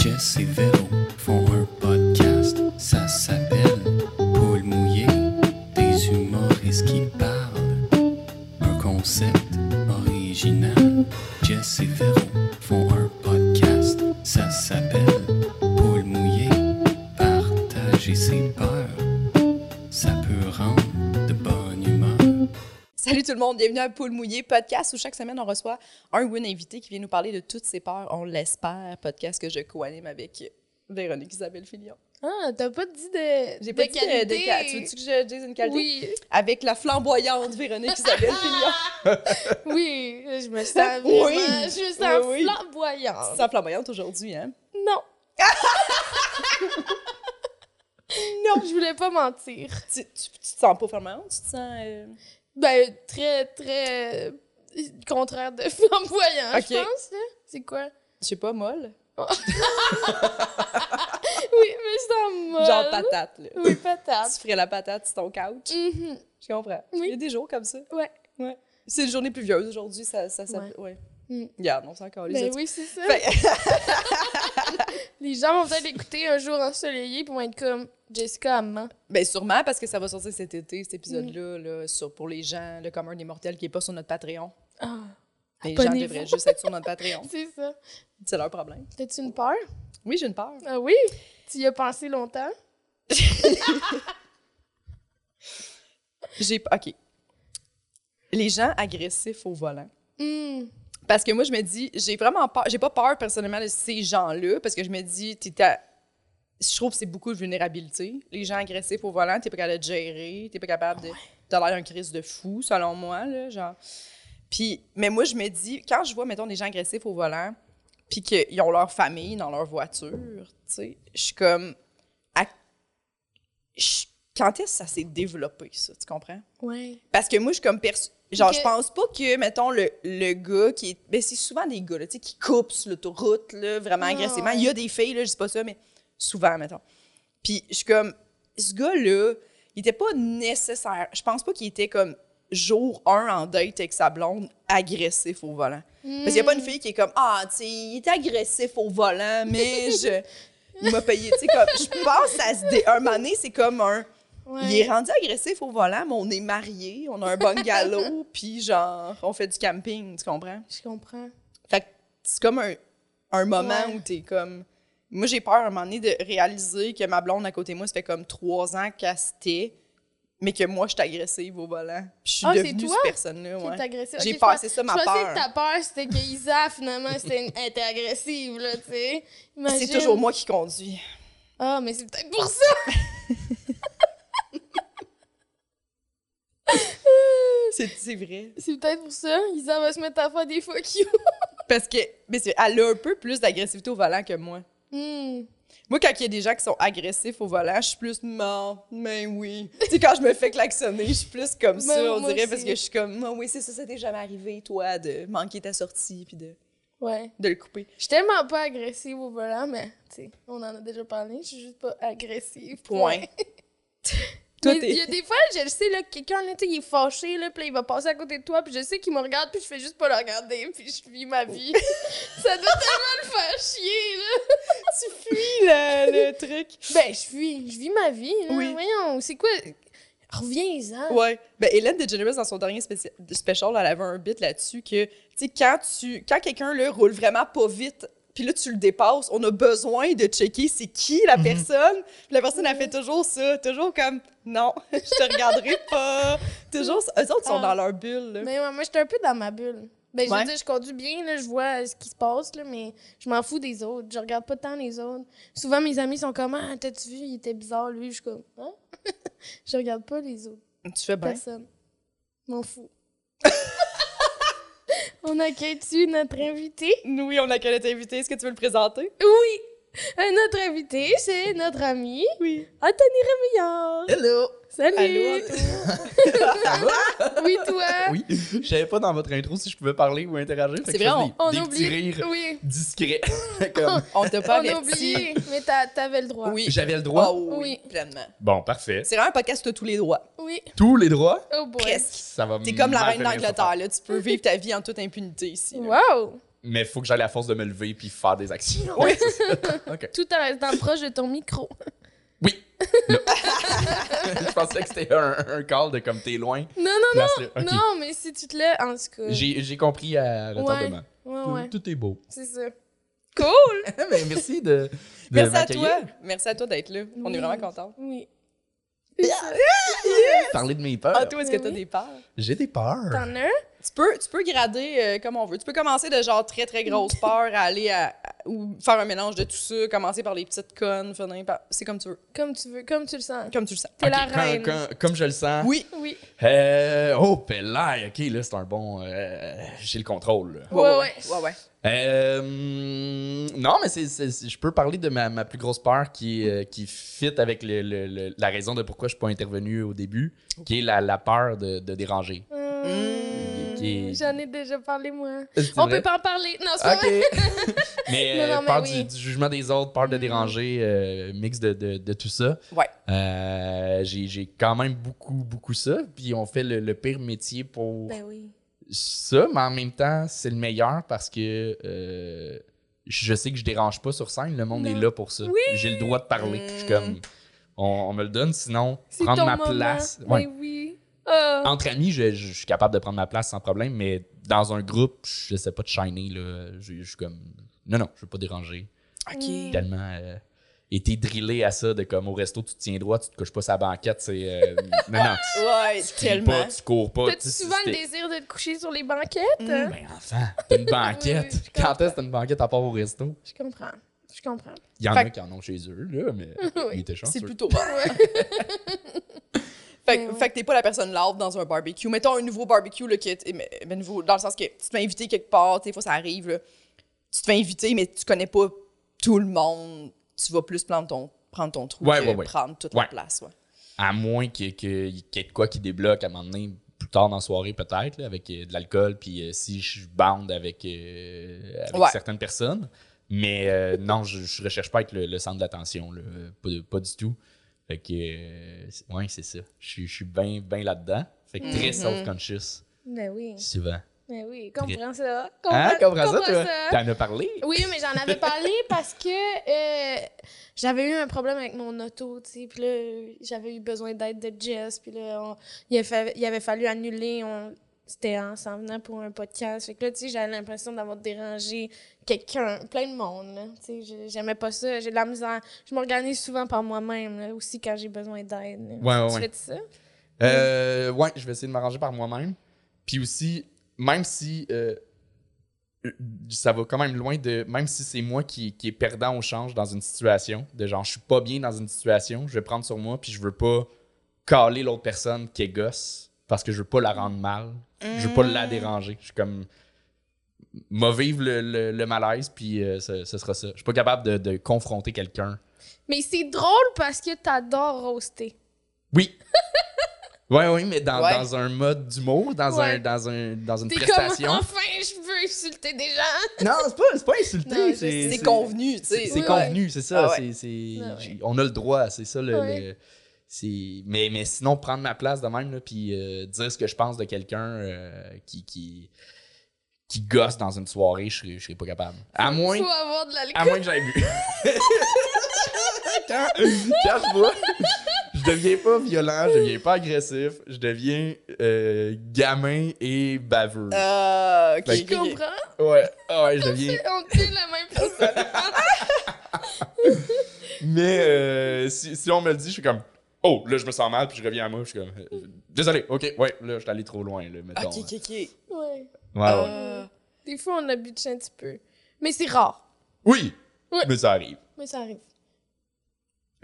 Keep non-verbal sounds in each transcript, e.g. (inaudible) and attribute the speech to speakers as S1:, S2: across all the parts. S1: Jess et Véro font un podcast, ça s'appelle Paul mouillé, des humoristes qui parlent. Un concept original. Jess et Véro font un podcast, ça s'appelle Paul mouillé, partager ses peurs. Ça peut rendre de bonne humeur.
S2: Salut tout le monde, bienvenue à Poule Mouillé, podcast où chaque semaine on reçoit un ou une invité qui vient nous parler de toutes ses peurs, on l'espère. Podcast que je co-anime avec Véronique Isabelle Filion.
S3: Ah, t'as pas dit de.
S2: J'ai pas
S3: de
S2: dit de-
S3: qualité.
S2: de ca- Tu veux-tu que je dise une qualité?
S3: Oui,
S2: Avec la flamboyante Véronique
S3: (laughs)
S2: Isabelle Filion.
S3: oui, je me sens
S2: (laughs) Oui.
S3: vraiment, je me
S2: Oui,
S3: sens
S2: oui. Tu te
S3: flamboyante.
S2: sens flamboyante aujourd'hui, hein? (laughs)
S3: Non. non, je voulais pas mentir.
S2: Tu, tu, tu te sens pas flamboyante? Tu te sens. euh,
S3: Ben, très, très euh, contraire de (laughs) flamboyant,
S2: Ok.
S3: je pense. là.
S2: (laughs)
S3: C'est quoi?
S2: je sais pas, molle?
S3: Oui, mais je sens molle.
S2: Genre patate, là.
S3: Oui,
S2: Tu (laughs)
S3: patate.
S2: ferais la patate sur ton couch.
S3: Mhm.
S2: Je comprends.
S3: Oui.
S2: Il y a des jours comme ça.
S3: Ouais.
S2: Ouais. C'est une journée pluvieuse aujourd'hui, ça. ça, ça ouais.
S3: Ouais. Mm.
S2: Regarde, on s'en encore les
S3: Ben oui, c'est ça.
S2: Fait-
S3: (laughs)
S2: (laughs)
S3: Les gens vont peut-être l'écouter un jour ensoleillé pour être comme Jessica à
S2: Ben sûrement parce que ça va sortir cet été, cet épisode-là, là, sur- pour les gens, le commun des mortels qui n'est pas sur notre Patreon.
S3: Ah,
S2: Les gens
S3: Abonnez-vous.
S2: devraient juste être sur notre Patreon.
S3: c'est ça.
S2: C'est leur problème.
S3: T'as-tu une peur?
S2: Oui, j'ai une peur.
S3: Ah oui? Tu y as pensé longtemps?
S2: J'ai OK. Les gens agressifs au volant.
S3: Hmm.
S2: Parce que moi, je me dis, j'ai vraiment peur. J'ai pas peur personnellement de ces gens-là, parce que je me dis, t'es à- je trouve que c'est beaucoup de vulnérabilité. Les gens agressifs au volant, t'es pas capable de gérer, t'es pas capable de. T'as l'air d'un crise de fou, selon moi, là, genre. Puis, mais moi, je me dis, quand je vois, mettons, des gens agressifs au volant, puis qu'ils ont leur famille dans leur voiture, tu sais, je suis comme. à- je- Quand est-ce que ça s'est développé, ça, tu comprends?
S3: Ouais.
S2: Parce que moi, je suis comme perçu. Genre,
S3: Ok.
S2: je pense pas que, mettons, le, le gars qui est. Ben, c'est souvent des gars, là, tu sais, qui coupent sur l'autoroute, là, vraiment
S3: Ah,
S2: agressivement. Il y a des filles, là, je dis pas ça, mais souvent, mettons. Puis, je suis comme. Ce gars-là, il était pas nécessaire. Je pense pas qu'il était comme jour 1 en date avec sa blonde, agressif au volant.
S3: Hmm.
S2: Parce qu'il y a pas une fille qui est comme Ah, tu sais, il était agressif au volant, mais
S3: (laughs)
S2: je. Il m'a payé. Tu sais, comme. Je pense à ce. dé- Un moment donné, c'est comme un.
S3: Ouais.
S2: Il est rendu agressif au volant, mais on est mariés, on a un bon
S3: (laughs)
S2: galop, puis genre, on fait du camping, tu comprends?
S3: Je comprends.
S2: Fait que c'est comme un, un moment
S3: Ouais.
S2: où t'es comme. Moi, j'ai peur à un moment donné de réaliser que ma blonde à côté de moi, ça fait comme trois ans qu'elle se tait, mais que moi, je suis agressive au volant. Puis je suis
S3: Ah, c'est
S2: devenue
S3: toi
S2: cette personne-là,
S3: Qui est
S2: ouais.
S3: agressive.
S2: J'ai
S3: Ok, je
S2: peur,
S3: pense-
S2: c'est ça
S3: je
S2: ma
S3: pensais
S2: peur.
S3: que ta peur, c'était que Isa, finalement, c'était une- elle était agressive, là, tu sais.
S2: C'est
S3: Imagine.
S2: toujours moi qui conduis. (laughs)
S3: Ah, mais c'est peut-être pour ça.
S2: C'est- C'est vrai.
S3: C'est peut-être pour ça. Isa va se mettre à faire des fuck you. (laughs)
S2: Parce que, mais c'est- elle a un peu plus d'agressivité au volant que moi.
S3: Hmm.
S2: Moi, quand il y a des gens qui sont agressifs au volant, je suis plus mort, mais oui. tu sais, quand je me fais klaxonner, je suis plus comme ça,
S3: Ben,
S2: on
S3: moi
S2: dirait, parce
S3: aussi.
S2: que je suis comme, non, oui, c'est ça, ça t'est jamais arrivé, toi, de manquer ta sortie puis de,
S3: Ouais.
S2: de le couper.
S3: Je suis tellement pas agressive au volant, mais, tu sais, on en a déjà parlé. Je suis juste pas agressive.
S2: Point. Toi,
S3: Mais
S2: t'es-
S3: Il y a des fois, je le sais, là, que quelqu'un, là, tu sais, il est fâché, là, puis là, il va passer à côté de toi, puis je sais qu'il me regarde, puis je fais juste pas le regarder, puis je vis ma vie.
S2: Oh.
S3: (laughs) ça doit tellement le faire chier, là.
S2: (laughs) tu fuis le, le truc.
S3: Ben, je fuis. Je vis ma vie, là.
S2: Oui.
S3: Voyons, c'est quoi... Reviens-en.
S2: Ouais. Ben, Hélène DeGeneres, dans son dernier spéci- special, elle avait un bit là-dessus que, tu sais, quand, tu- quand quelqu'un là, roule vraiment pas vite, puis là, tu le dépasses, on a besoin de checker c'est qui la
S1: Mhm.
S2: personne. Puis la personne, elle fait toujours ça, toujours comme non, (laughs) je te regarderai pas. Toujours, ça. eux autres sont
S3: Ah.
S2: dans leur bulle. là.
S3: Mais ouais, moi, j'étais un peu dans ma bulle. Ben, je
S2: Ouais.
S3: veux dire, je conduis bien, là, je vois euh, ce qui se passe, là, mais je m'en fous des autres. Je regarde pas tant les autres. Souvent, mes amis sont comme « Ah, t'as-tu vu? Il était bizarre, lui. » Je suis comme « Hein? » (laughs) Je regarde pas les autres.
S2: Tu fais bien.
S3: Personne. M'en fous. (laughs) On accueille-tu notre invité?
S2: Oui, on a qu'à notre invité. Est-ce que tu veux le présenter?
S3: Oui! Euh, notre invité, c'est notre ami
S2: Oui.
S3: Anthony Rémillard.
S4: Hello!
S3: Salut!
S2: Allô, Anthony.
S4: Ça va?
S3: Oui, toi?
S4: (laughs) Oui. Je savais pas dans votre intro si je pouvais parler ou interagir. fait
S2: C'est
S4: que
S2: vrai,
S4: je fais
S2: on-
S4: des,
S3: On
S4: des
S3: oublie.
S4: petits rires
S3: Oui,
S4: discrets. (laughs)
S3: (laughs)
S4: Comme,
S2: On t'a pas
S3: on a
S2: averti.
S3: oublié, mais t'a- t'avais le droit.
S2: Oui.
S4: J'avais le droit.
S2: Oh, oui,
S3: Oui.
S2: pleinement.
S4: Bon, parfait.
S2: C'est vraiment un podcast où t'as tous les droits.
S3: Oui.
S4: Tous les droits?
S3: Oh boy.
S2: Presque.
S4: Ça va
S2: T'es comme la
S4: mal
S2: reine
S4: finir, ça.
S2: d'Angleterre, là. Tu peux vivre ta vie en toute impunité ici. là.
S3: Wow!
S4: mais faut que j'aille à force de me lever puis faire des (laughs) actions.
S2: Oui.
S4: OK.
S3: Tout en restant proche de ton micro.
S4: Oui. Là. je pensais que c'était un, un call de comme t'es loin.
S3: Non, non,
S4: Place-le.
S3: non.
S4: OK.
S3: Non, mais si tu te lèves, en tout cas.
S4: J'ai j'ai compris à retardement.
S3: Ouais,
S4: Tout-
S3: ouais.
S4: Tout, est (laughs) beau.
S3: C'est ça.
S2: Cool!
S4: mais Ben, merci de, de
S2: Merci à
S4: m'accueillir.
S2: toi. Merci à toi d'être là. On
S3: Oui.
S2: est vraiment contents.
S3: Oui.
S4: Parler de mes peurs.
S2: Ah, toi, est-ce que t'as
S3: Oui.
S2: des peurs?
S4: J'ai des peurs.
S3: T'en as un?
S2: Tu peux, tu peux grader euh, comme on veut. Tu peux commencer de genre très très
S3: (laughs)
S2: grosse peur à aller à, à- ou faire un mélange de tout ça, commencer par les petites connes, finir par. C'est comme tu veux.
S3: Comme tu veux, comme tu le sens.
S2: Comme tu le sens.
S3: T'es
S4: Ok,
S3: la
S4: quand-
S3: reine.
S4: quand- comme je le sens.
S2: Oui.
S3: Oui.
S4: Euh, oh, Pellay, ok, là, c'est un bon. euh, J'ai le contrôle. là.
S3: Ouais, ouais.
S2: Ouais, ouais.
S4: Euh, non, mais c'est, c'est- c'est- je peux parler de ma, ma plus grosse peur qui, euh, qui fit avec le- le- le- la raison de pourquoi je ne suis pas intervenu au début, qui est la, la peur de, de déranger.
S3: Hum,
S4: Qui-
S3: J'en ai déjà parlé, moi.
S4: Hmm. C'est
S3: On
S4: vrai?
S3: peut pas en parler. Non, c'est pas
S4: Ok.
S3: vrai. (laughs)
S4: mais,
S3: Non,
S4: euh,
S3: non, mais
S4: peur
S3: oui. Mm.
S4: du, du jugement des autres, peur de déranger, euh, mix de, de- de tout ça.
S2: Ouais.
S4: Euh, j'ai, j'ai quand même beaucoup, beaucoup ça. Puis on fait le, le pire métier pour
S3: Ben oui.
S4: ça, mais en même temps, c'est le meilleur parce que euh, je sais que je dérange pas sur scène. Le monde
S3: Non.
S4: est là pour ça. J'ai le droit de parler.
S2: Mm.
S4: Je suis comme, on, on me le donne, sinon,
S3: C'est
S4: prendre
S3: ton
S4: ma
S3: moment.
S4: place.
S3: Ben
S4: Ouais.
S3: oui. Ah.
S4: Entre amis, je, je suis capable de prendre ma place sans problème, mais dans un groupe, je sais pas de shiner. Là. Je, je suis comme, non, non, je veux pas déranger.
S2: OK.
S4: Tellement. euh, été drillé à ça de comme au resto tu te tiens droit tu te couches pas sa banquette c'est euh, non non
S3: (laughs)
S4: tu
S2: Ouais,
S4: cries
S2: tellement.
S4: pas tu cours pas tu
S3: T'as-tu
S4: sais,
S3: souvent le
S4: c'était-
S3: désir de te coucher sur les banquettes? hein?
S4: ben enfin, t'as une banquette.
S3: (laughs) Oui, oui, je
S4: Quand est-ce que t'as une banquette à part au resto?
S3: Je comprends. Je comprends.
S4: Il y en
S2: Fait
S4: a qui en ont chez eux, là,
S3: (laughs)
S4: mais ils étaient chanceux.
S2: C'est plutôt bon. (laughs) Fait, que-
S3: Ouais, ouais.
S2: fait que t'es pas la personne lave dans un barbecue. Mettons un nouveau barbecue là, qui est- mais, mais nouveau, dans le sens que tu te fais inviter quelque part, tu sais, des fois ça arrive, là. tu te fais inviter, mais tu connais pas tout le monde. Tu vas plus prendre ton, prendre ton trou
S4: Ouais,
S2: que
S4: ouais, ouais.
S2: prendre toute
S4: Ouais.
S2: la place. ouais.
S4: À moins que- que- qu'il y ait de quoi qui débloque à un moment donné, plus tard dans la soirée peut-être, là, avec euh, de l'alcool, puis euh, si je bande avec, euh, avec
S2: Ouais.
S4: certaines personnes. Mais euh, non, je, je recherche pas être le, le centre d'attention, là, euh, pas, de- pas du tout. Fait que, euh, c'est- ouais, c'est ça. Je, suis- je suis bien bien là-dedans. Fait que très
S2: Mhm.
S3: Mm-hmm.
S4: self-conscious,
S3: Ben oui.
S4: souvent.
S3: Ben oui. Comprends ça. Comprends,
S4: Hein, comprends ça,
S3: comprends
S4: toi?
S3: ça.
S4: T'en as parlé?
S3: Oui, mais j'en avais parlé parce que euh, j'avais eu un problème avec mon auto, tu sais. Puis là, j'avais eu besoin d'aide de Jess. Puis là, on- il, a fa- il avait fallu annuler. On, c'était en s'en venant pour un podcast. Fait que là, tu sais, j'avais l'impression d'avoir dérangé quelqu'un, plein de monde, là. Tu sais, je- j'aimais pas ça. J'ai de la misère. Je m'organise souvent par moi-même, là, aussi quand j'ai besoin d'aide. là.
S4: Ouais, ouais,
S3: Tu
S4: ouais.
S3: fais-tu ça?
S4: Euh, ouais, je vais essayer de m'arranger par moi-même. Puis aussi, même si euh, euh, ça va quand même loin de. Même si c'est moi qui, qui est perdant au change dans une situation, de genre je suis pas bien dans une situation, je vais prendre sur moi, puis je veux pas caler l'autre personne qui est gosse parce que je veux pas la rendre mal. Je veux pas la déranger. Je suis comme. M'a vivre le, le- le malaise, puis euh, ce, ce sera ça. Je suis pas capable de, de confronter quelqu'un.
S3: Mais c'est drôle parce que t'adores roaster.
S4: Oui. (laughs) Oui, oui, mais dans,
S2: Ouais.
S4: dans un mode d'humour, dans,
S3: Ouais.
S4: un, dans, un, dans une
S3: T'es comme,
S4: prestation.
S3: enfin, je veux insulter des gens!
S4: non, c'est pas, c'est pas insulté.
S3: Non, je sais.
S4: c'est,
S2: C'est
S4: c'est-
S2: convenu, tu
S4: C'est,
S2: sais.
S4: c'est
S3: Ouais.
S4: convenu, c'est ça.
S2: Ah ouais.
S4: c'est, c'est-
S3: Ah ouais.
S4: j'ai- On a le droit, c'est ça. Le,
S3: Ouais.
S4: le- c'est, mais, mais sinon, prendre ma place de même, là, puis euh, dire ce que je pense de quelqu'un euh, qui, qui, qui gosse dans une soirée, je serais, je serais pas capable. À moins,
S3: Faut avoir de l'alcool.
S4: à moins que j'aille bu. (laughs) quand, quand je bois, je deviens pas violent, je deviens pas agressif, je deviens euh, gamin et baveux.
S2: Euh, ok,
S4: Fait
S3: Je
S2: ok, ok.
S3: comprends.
S4: Ouais, ah ouais, je deviens.
S3: On est la même personne.
S4: Mais euh, si, si on me le dit, je suis comme. Oh, là, je me sens mal, puis je reviens à moi, je suis comme. euh, Désolé, ok, ouais, là, je suis allé trop loin, là, mettons.
S2: Ok, ok, ok.
S3: ouais.
S4: Ah Ouais, ouais.
S2: Euh,
S3: Des fois, on abuse un petit peu. Mais c'est rare.
S4: Oui!
S3: Ouais.
S4: Mais ça arrive.
S3: Mais ça arrive.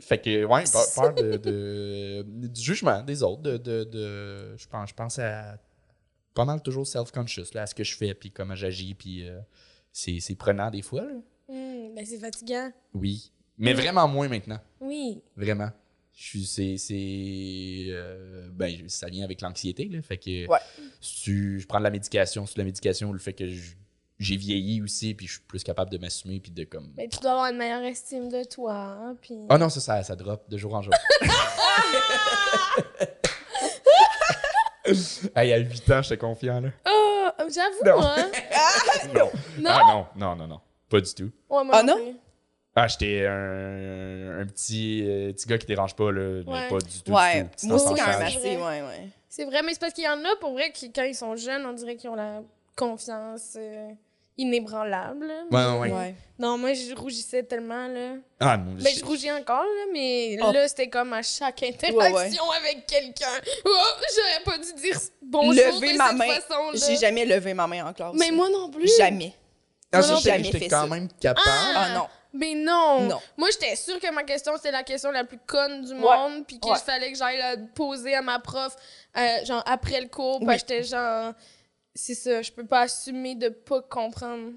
S4: Fait que, ouais, peur, peur de, de- du jugement des autres. De, de, de- je, pense, je pense à pas mal toujours self-conscious, là, à ce que je fais, puis comment j'agis, puis euh, c'est c'est prenant des fois, là.
S3: Hmm, ben, c'est fatigant.
S4: Oui. Mais vraiment moins maintenant.
S3: Oui.
S4: Vraiment. Je suis, c'est, c'est, euh, ben, je- ça vient avec l'anxiété, là. Fait que,
S2: Ouais.
S4: si tu- je prends de la médication, sous la médication, le fait que je- j'ai vieilli aussi, puis je suis plus capable de m'assumer, puis de comme.
S3: Mais tu dois avoir une meilleure estime de toi. hein, puis...
S4: Ah non, ça, ça, ça drop de jour (laughs) en jour. hey, à 8 ans, j'étais confiant, là.
S3: Ah, comme j'avoue,
S2: (laughs)
S4: Non.
S3: hein.
S4: Non.
S3: Non?
S4: Ah non, non, non, non. Pas du tout.
S3: Ouais, moi
S2: Ah non?
S3: plus.
S4: Ah, j'étais un, un petit, euh, petit gars qui dérange pas, là. mais
S3: Ouais.
S4: pas du tout.
S2: Ouais,
S4: du tout.
S2: moi aussi quand
S4: Petit enfant
S2: même
S3: âge.
S4: sage.
S2: assez, ouais, ouais.
S3: C'est vrai, mais c'est parce qu'il y en a, pour vrai, qui, quand ils sont jeunes, on dirait qu'ils ont la confiance euh, inébranlable. là.
S4: Ouais, ouais, ouais.
S2: Ouais.
S3: Non, moi, je rougissais tellement, là.
S4: Ah, non,
S3: Ben,
S4: je-
S3: je rougis encore, là, mais
S2: Oh.
S3: là, c'était comme à chaque interaction avec quelqu'un. Oh, j'aurais pas dû dire bonjour
S2: Lever
S3: de
S2: ma
S3: cette
S2: main. J'ai
S3: façon-là.
S2: jamais levé ma main en classe.
S3: Mais moi non plus.
S2: Jamais.
S4: Ah,
S2: non,
S4: ça, j'étais-
S2: jamais
S4: j'étais
S2: fait
S4: quand
S2: ça.
S4: même capable.
S3: Ah!
S2: Ah non.
S3: Mais non.
S2: Non.
S3: Moi, j'étais sûre que ma question, c'était la question la plus conne du
S2: Ouais.
S3: monde, puis qu'il
S2: Ouais.
S3: fallait que j'aille la poser à ma prof, euh, genre après le cours, parce que j'étais genre. C'est ça, je peux pas assumer de pas comprendre.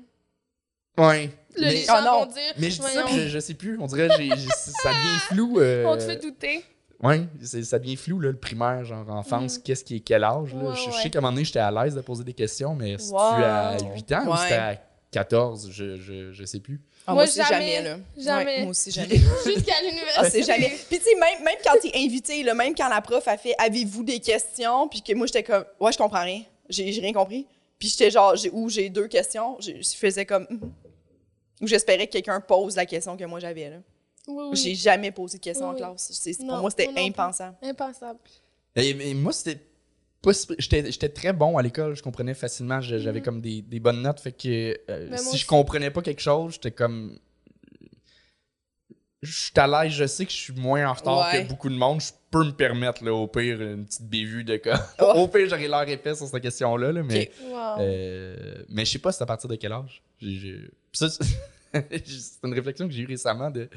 S4: Ouais.
S3: Là,
S4: mais,
S3: les gens
S2: Ah non.
S3: vont dire.
S4: mais je dis ça,
S3: voyons,
S4: puis je, je sais plus. On dirait que ça devient flou. euh,
S3: On te fait douter.
S4: Ouais, c'est- ça devient flou, là, le primaire, genre enfance, qu'est-ce qui est quel âge. là.
S3: Mm. Ouais,
S4: je, je
S3: ouais.
S4: sais qu'à un moment donné, j'étais à l'aise de poser des questions, mais si tu à
S2: Wow.
S4: 8 ans ou
S2: Ouais.
S4: c'était à 14, je, je, je sais plus.
S2: Ah,
S3: Moi,
S2: moi, aussi, jamais.
S3: jamais.
S2: là.
S3: Jamais.
S2: Ouais, moi aussi, jamais.
S3: Jusqu'à
S2: Ah,
S3: l'université.
S2: c'est jamais. Puis, tu sais, même, même quand t'es invité, là, même quand la prof a fait Avez-vous des questions Puis que moi, j'étais comme Ouais, je comprends rien. J'ai j'ai rien compris. Puis, j'étais genre j'ai- Ou j'ai deux questions. Je je faisais comme Mhm. Ou j'espérais que quelqu'un pose la question que moi j'avais. là.
S3: Oui, oui.
S2: J'ai jamais posé de questions
S3: Oui.
S2: en classe. C'est- c'est-
S3: Non,
S2: pour moi, c'était
S3: moi non plus.
S2: impensable.
S3: Impensable.
S4: Et, mais moi, c'était pas si- J'étais j'étais très bon à l'école, je comprenais facilement, je- j'avais
S3: Mhm.
S4: comme des, des bonnes notes. Fait que euh,
S3: Mais
S4: si
S3: moi
S4: je
S3: aussi.
S4: comprenais pas quelque chose, j'étais comme. Je suis à l'aise, je sais que je suis moins en retard
S2: Ouais.
S4: que beaucoup de monde. Je peux me permettre, là, au pire, une petite bévue de comme.
S2: Oh.
S4: (laughs) au pire, j'aurais l'air épais sur cette question-là, là, mais.
S2: Ok.
S3: Wow.
S4: Euh, mais je sais pas c'est à partir de quel âge. J'ai- j'ai- Puis ça, c'est (laughs) c'est une réflexion que j'ai eue récemment de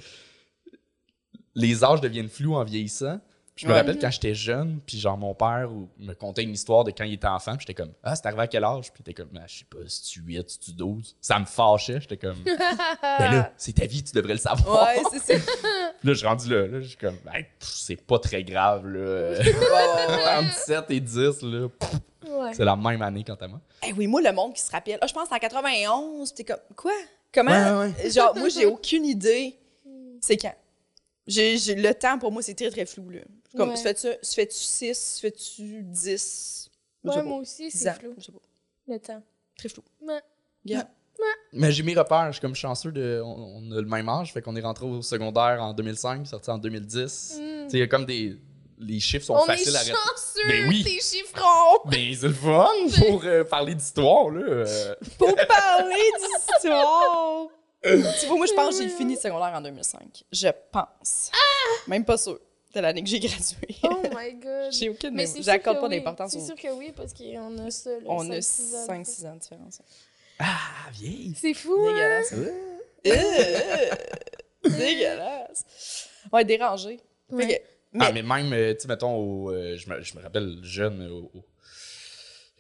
S4: les âges deviennent flous en vieillissant. Puis Je me
S2: Ouais.
S4: rappelle quand j'étais jeune, puis genre mon père ou- me contait une histoire de quand il était enfant, puis j'étais comme Ah, c'est arrivé à quel âge? Puis t'es comme Ah, je sais pas, si tu 8, si tu 12. Ça me fâchait, j'étais
S2: (laughs)
S4: comme Ben
S3: Ah,
S4: là, c'est ta vie, tu devrais le savoir.
S2: Ouais, c'est ça.
S4: Puis là, je suis rendu là, là je suis comme Hey, pff, c'est pas très grave, là. (laughs) Entre 7 et 10, là, pff,
S3: Ouais.
S4: c'est la même année quant à moi.
S2: (laughs) Eh oui, moi, le monde qui se rappelle. Ah, je pense en 91, t'es comme, quoi? Comment?
S4: Ouais,
S2: Euh, Genre, moi, j'ai aucune idée. C'est quand? J'ai, j'ai- le temps, pour moi, c'est très, très flou. Là. Comme,
S3: Ouais.
S2: tu fais-tu, tu fais-tu 6, tu fais-tu 10? Je sais
S3: Ouais,
S2: pas.
S3: moi aussi,
S2: 10
S3: c'est
S2: ans,
S3: flou.
S2: Je sais pas.
S3: Le temps.
S2: Très flou.
S3: Ouais.
S2: Yeah.
S4: Mais j'ai mes repères, je suis comme chanceux de. On, on a le même âge, fait qu'on est rentré au secondaire en 2005, sorti en 2010. Tu sais, il y a comme des. Les chiffres sont
S3: Hmm. On est
S4: faciles à retenir.
S3: chanceux,
S4: Ben oui.
S3: tes chiffrons!
S4: (laughs) Mais c'est le fun
S3: (laughs)
S4: pour euh, parler d'histoire, là. euh.
S2: Pour parler d'histoire! tu vois, moi, je pense que j'ai fini le secondaire en 2005. Je pense. Même pas sûr. C'est l'année que j'ai gradué.
S3: Ah! Oh my god!
S2: j'ai aucune
S3: Mais
S2: mémoire.
S3: c'est sûr
S2: J'accorde
S3: que
S2: pas
S3: oui.
S2: d'importance.
S3: C'est
S2: au-
S3: sûr que oui, parce qu'on a ça. là,
S2: On a
S3: épisodes.
S2: 5-6 ans de différence.
S4: Ah, vieille.
S3: C'est fou, hein?
S2: Dégueulasse. Euh, (laughs) Dégueulasse. Ouais, dérangé. Fait
S3: Ouais.
S2: que- Mais-
S4: Ah, mais même, euh, tu sais, mettons, au, euh, je, me, je me rappelle jeune, au, au-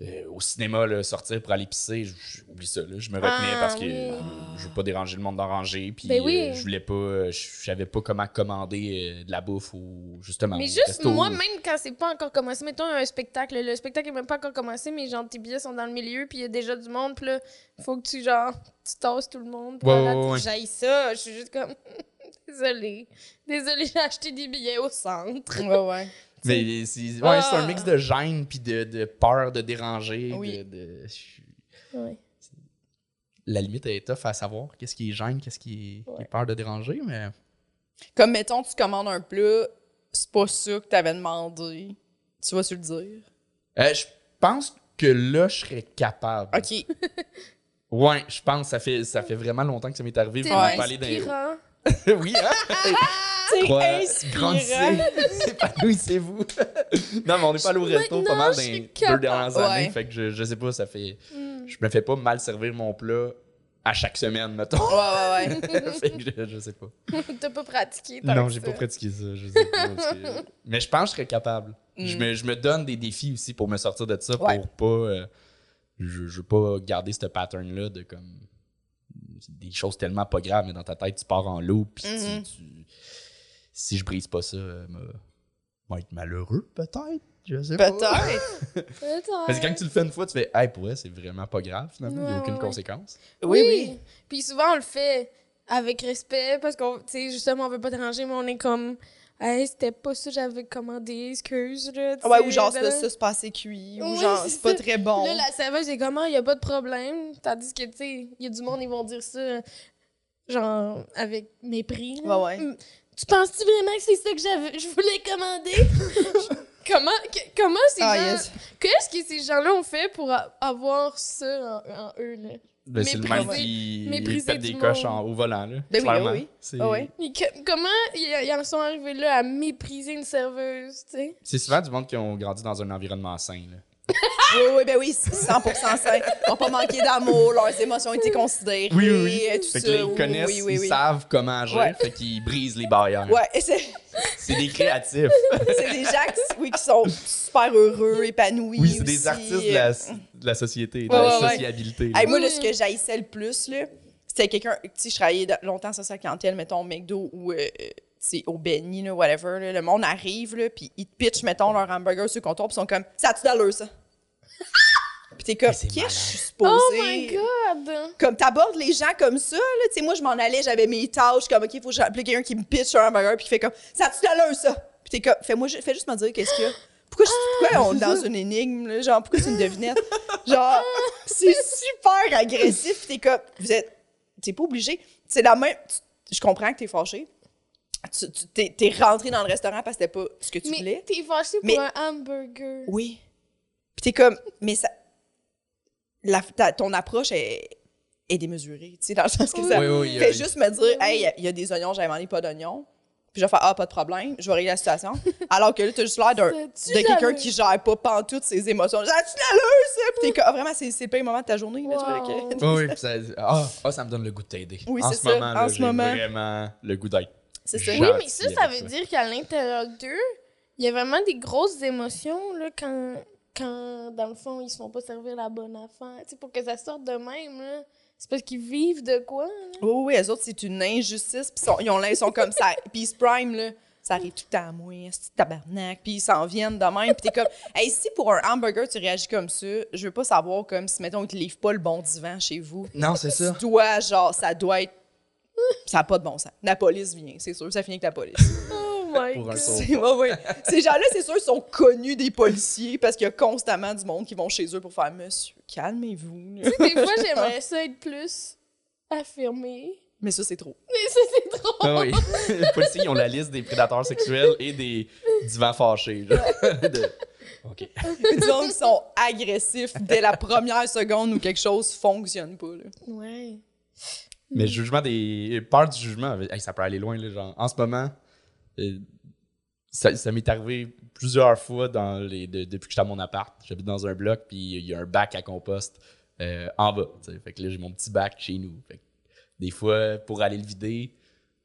S4: euh, au cinéma, là, sortir pour aller pisser, j- j'oublie ça, là. Je me retenais
S3: Ah,
S4: parce que
S3: oui.
S4: euh, je veux pas déranger le monde d'en ranger, puis
S3: Ben oui.
S4: euh, je voulais pas, euh, je savais pas comment commander euh, de la bouffe ou justement.
S3: Mais
S4: au
S3: juste,
S4: resto.
S3: moi, même quand c'est pas encore commencé, mettons un spectacle, le spectacle est même pas encore commencé, mais genre tes billets sont dans le milieu, puis il y a déjà du monde, puis là, faut que tu, genre, tu tasses tout le monde. pour
S4: Ouais,
S3: aller à-
S4: ouais, ouais.
S3: J'haïs ça, je suis juste comme, (laughs) désolée. Désolée, j'ai acheté des billets au centre.
S2: Ouais, ouais.
S4: Mais c'est ouais,
S3: Ah.
S4: c'est un mix de gêne puis de, de peur de déranger.
S2: Oui.
S4: de- de- je-
S3: Ouais.
S4: La limite est tough à savoir qu'est-ce qui est gêne, qu'est-ce qui est, qui est peur de déranger, mais.
S2: Comme, mettons, tu commandes un plat, c'est pas ça que t'avais demandé. Tu vas-tu le dire?
S4: Euh, je pense que là, je serais capable.
S2: (laughs) OK.
S4: Ouais, je pense que ça fait, ça fait vraiment longtemps que ça m'est arrivé.
S3: T'es
S4: vraiment
S2: Ouais.
S4: pas aller dans les-
S3: inspirant.
S4: (laughs) oui, hein?
S2: C'est
S4: Crois-
S2: inspirant.
S4: grandissez, (laughs) épanouissez-vous. non, mais on est pas allé au resto pas
S3: Maintenant,
S4: mal
S3: je
S4: dans
S3: suis
S4: les deux
S3: capable.
S4: dernières
S2: Ouais.
S4: années. Fait que je, je sais pas, ça fait. Je me fais pas mal servir mon plat à chaque semaine,
S2: (laughs)
S4: mettons. (laughs)
S2: Ouais, ouais, ouais.
S4: fait que je, je sais pas.
S3: T'as pas pratiqué. tant
S4: Non,
S3: que
S4: j'ai
S3: ça.
S4: pas pratiqué ça. Je sais pas, parce que- (laughs) Mais je pense que je serais capable. Je,
S2: Mm.
S4: me, je me donne des défis aussi pour me sortir de ça,
S2: Ouais.
S4: pour pas. euh, je, je veux pas garder ce pattern-là de comme. Des choses tellement pas graves, mais dans ta tête, tu pars en loup, puis tu-
S2: Mhm.
S4: tu, Si je brise pas ça, euh, me- va être malheureux, peut-être. Je sais pas.
S2: Peut-être.
S3: Peut-être.
S4: Parce que quand tu le fais une fois, tu fais, hey, pour vrai, c'est vraiment pas grave, finalement, il n'y
S3: Ouais,
S4: a aucune
S3: ouais, ouais.
S4: conséquence.
S2: Oui, oui.
S3: Puis souvent, on le fait avec respect parce qu'on, tu sais, justement, on veut pas déranger, mais on est comme. Hey, c'était pas ça que j'avais commandé, excuse. Là, tu
S2: Ah Ouais,
S3: sais,
S2: ou genre,
S3: blablabla.
S2: ça, ça, c'est pas assez cuit, ou
S3: Oui,
S2: genre,
S3: c'est
S2: c'est pas
S3: ça.
S2: très bon.
S3: Là, la serveuse est comment, il y a pas de problème. Tandis que, tu sais, il y a du monde, ils vont dire ça, genre, avec mépris. là.
S2: Ouais, ouais.
S3: Mm. Tu penses-tu vraiment que c'est ça que j'avais, je voulais commander?
S2: (laughs)
S3: comment, que- comment ces
S2: Ah,
S3: gens...
S2: (laughs) yes.
S3: Qu'est-ce que ces gens-là ont fait pour a- avoir ça en, en eux, là?
S4: Ben, c'est le
S3: Mépriser-
S4: même qui
S3: mépriser
S4: pète
S3: du
S4: des coches
S3: monde.
S4: en- au volant, là.
S2: Ben oui,
S4: clairement.
S2: oui, oui.
S4: C'est-
S2: Ah ouais.
S3: Mais que- comment ils ils en sont arrivés là à mépriser une serveuse, tu sais?
S4: C'est souvent du monde qui ont grandi dans un environnement sain, là.
S2: Oui, oui, ben oui, c'est 100% sain. Ils n'ont pas manqué d'amour, leurs émotions ont été considérées.
S4: Oui, oui,
S2: euh,
S4: oui.
S2: Tout
S4: Fait
S2: ça.
S4: qu'ils
S2: oui,
S4: connaissent,
S2: oui, oui,
S4: ils
S2: oui.
S4: savent comment agir,
S2: Ouais.
S4: fait qu'ils brisent les barrières.
S2: Ouais, et c'est (laughs)
S4: C'est des créatifs.
S2: c'est des gens qui, oui, qui sont super heureux, épanouis.
S4: oui, c'est des
S2: aussi.
S4: artistes de la, de la société, de
S2: Ouais,
S4: la
S2: ouais, ouais.
S4: sociabilité. là.
S2: Hey, moi, là,
S3: Oui.
S2: ce que j'haïssais le plus, là, c'était quelqu'un. Tu sais, je travaillais dans- longtemps sur sa clientèle, mettons, au McDo ou euh, tu sais, au Benny, là, whatever. là. le monde arrive, là, puis ils te pitchent, mettons, leur hamburger sur le comptoir, puis ils sont comme, ça a-tu d'allure, ça? (laughs) puis t'es comme,
S4: c'est
S2: qu'est-ce que je suis supposée?
S3: Oh my God!
S2: Comme t'abordes les gens comme ça, là, tu sais, moi, je m'en allais, j'avais mes tâches, comme, OK, faut que j'appelle quelqu'un qui me pitche sur un hamburger, puis qui fait comme, ça a-tu d'allure, ça? Puis t'es comme, fais-moi, ju- fais juste me dire qu'est-ce qu'il y a. Pourquoi, je- pourquoi on est dans une énigme, là? Genre, pourquoi c'est une devinette? Genre, c'est super agressif, puis t'es comme, vous êtes, t'es pas obligé. C'est la même, tu- je comprends que t'es fâché. Tu, tu- t'es, t'es rentré dans le restaurant parce que c'était pas ce que tu
S3: Mais
S2: voulais.
S3: t'es fâché pour
S2: Mais-
S3: un hamburger.
S2: Oui. Puis t'es comme, mais ça. la- ta- ton approche est, est démesurée, tu sais, dans le sens que
S3: Oui.
S2: ça.
S4: Oui, oui, il y a-
S2: fait juste me dire, hey, il y a- il y, a des oignons, j'avais demandé pas d'oignons. Puis je vais faire, ah, pas de problème, je vais régler la situation. Alors que là, t'as juste l'air d'un.
S3: T'as-tu
S2: de quelqu'un
S3: l'allure?
S2: qui gère pas pantoute ses émotions. J'ai tu l'allure, ça? Puis t'es comme, ah, vraiment, c'est, c'est pas le moment de ta journée, là, tu vois,
S3: Wow.
S2: ok.
S4: Oui, oui, puis ça- ah, ah, ça me donne le goût de t'aider.
S2: Oui,
S4: en
S2: c'est
S4: ce
S2: ça,
S4: moment, là,
S2: en ce
S4: j'ai
S2: moment.
S4: vraiment le goût d'être.
S2: (laughs) C'est ça.
S3: Oui,
S4: Gentil
S3: mais ça,
S4: avec
S3: ça veut
S4: toi.
S3: dire qu'à l'intérieur d'eux, il y a vraiment des grosses émotions là, quand, quand, dans le fond, ils se font pas servir la bonne affaire. Tu sais, pour que ça sorte de même, là, c'est parce qu'ils vivent de quoi? là?
S2: Oui, oui, elles autres, c'est une injustice. Puis sont- ils, ont, l'air- ils sont comme
S4: (laughs)
S2: ça. Puis ils se prime, là. Ça arrive tout le temps à moi, ce petit tabarnak. Puis ils s'en viennent de même. Puis t'es
S4: (laughs)
S2: comme, hey, si pour un hamburger, tu réagis comme ça, je veux pas savoir comme si, mettons, ils te livrent pas le bon divan chez vous.
S4: Non, c'est ça.
S2: Toi, genre, ça doit être. Ça n'a pas de bon sens. La police vient, c'est sûr, ça finit avec la police.
S4: (laughs)
S3: Oh my
S4: Pour un
S3: God!
S4: saut.
S2: (laughs) C'est- ouais, ouais. Ces gens-là, c'est sûr, sont connus des policiers parce qu'il y a constamment du monde qui vont chez eux pour faire Monsieur, calmez-vous. là.
S3: Des
S4: (laughs)
S3: fois, j'aimerais ça être plus affirmée.
S2: Mais ça, c'est trop.
S3: Mais ça, c'est drôle!
S4: Ah oui. Les (laughs) policiers, ils ont la liste des prédateurs sexuels et des divans fâchés. là.
S2: (laughs)
S4: De- OK.
S2: Disons qu'ils sont agressifs dès la première seconde où quelque chose fonctionne pas. là.
S3: Ouais.
S4: Mais le jugement des. Peur du jugement, hey, ça peut aller loin. Là, genre. En ce moment, euh, ça, ça m'est arrivé plusieurs fois dans les, de- depuis que j'étais à mon appart. J'habite dans un bloc, puis il y a un bac à compost euh, en bas. tu sais. Fait que là, j'ai mon petit bac chez nous. Fait que des fois, pour aller le vider,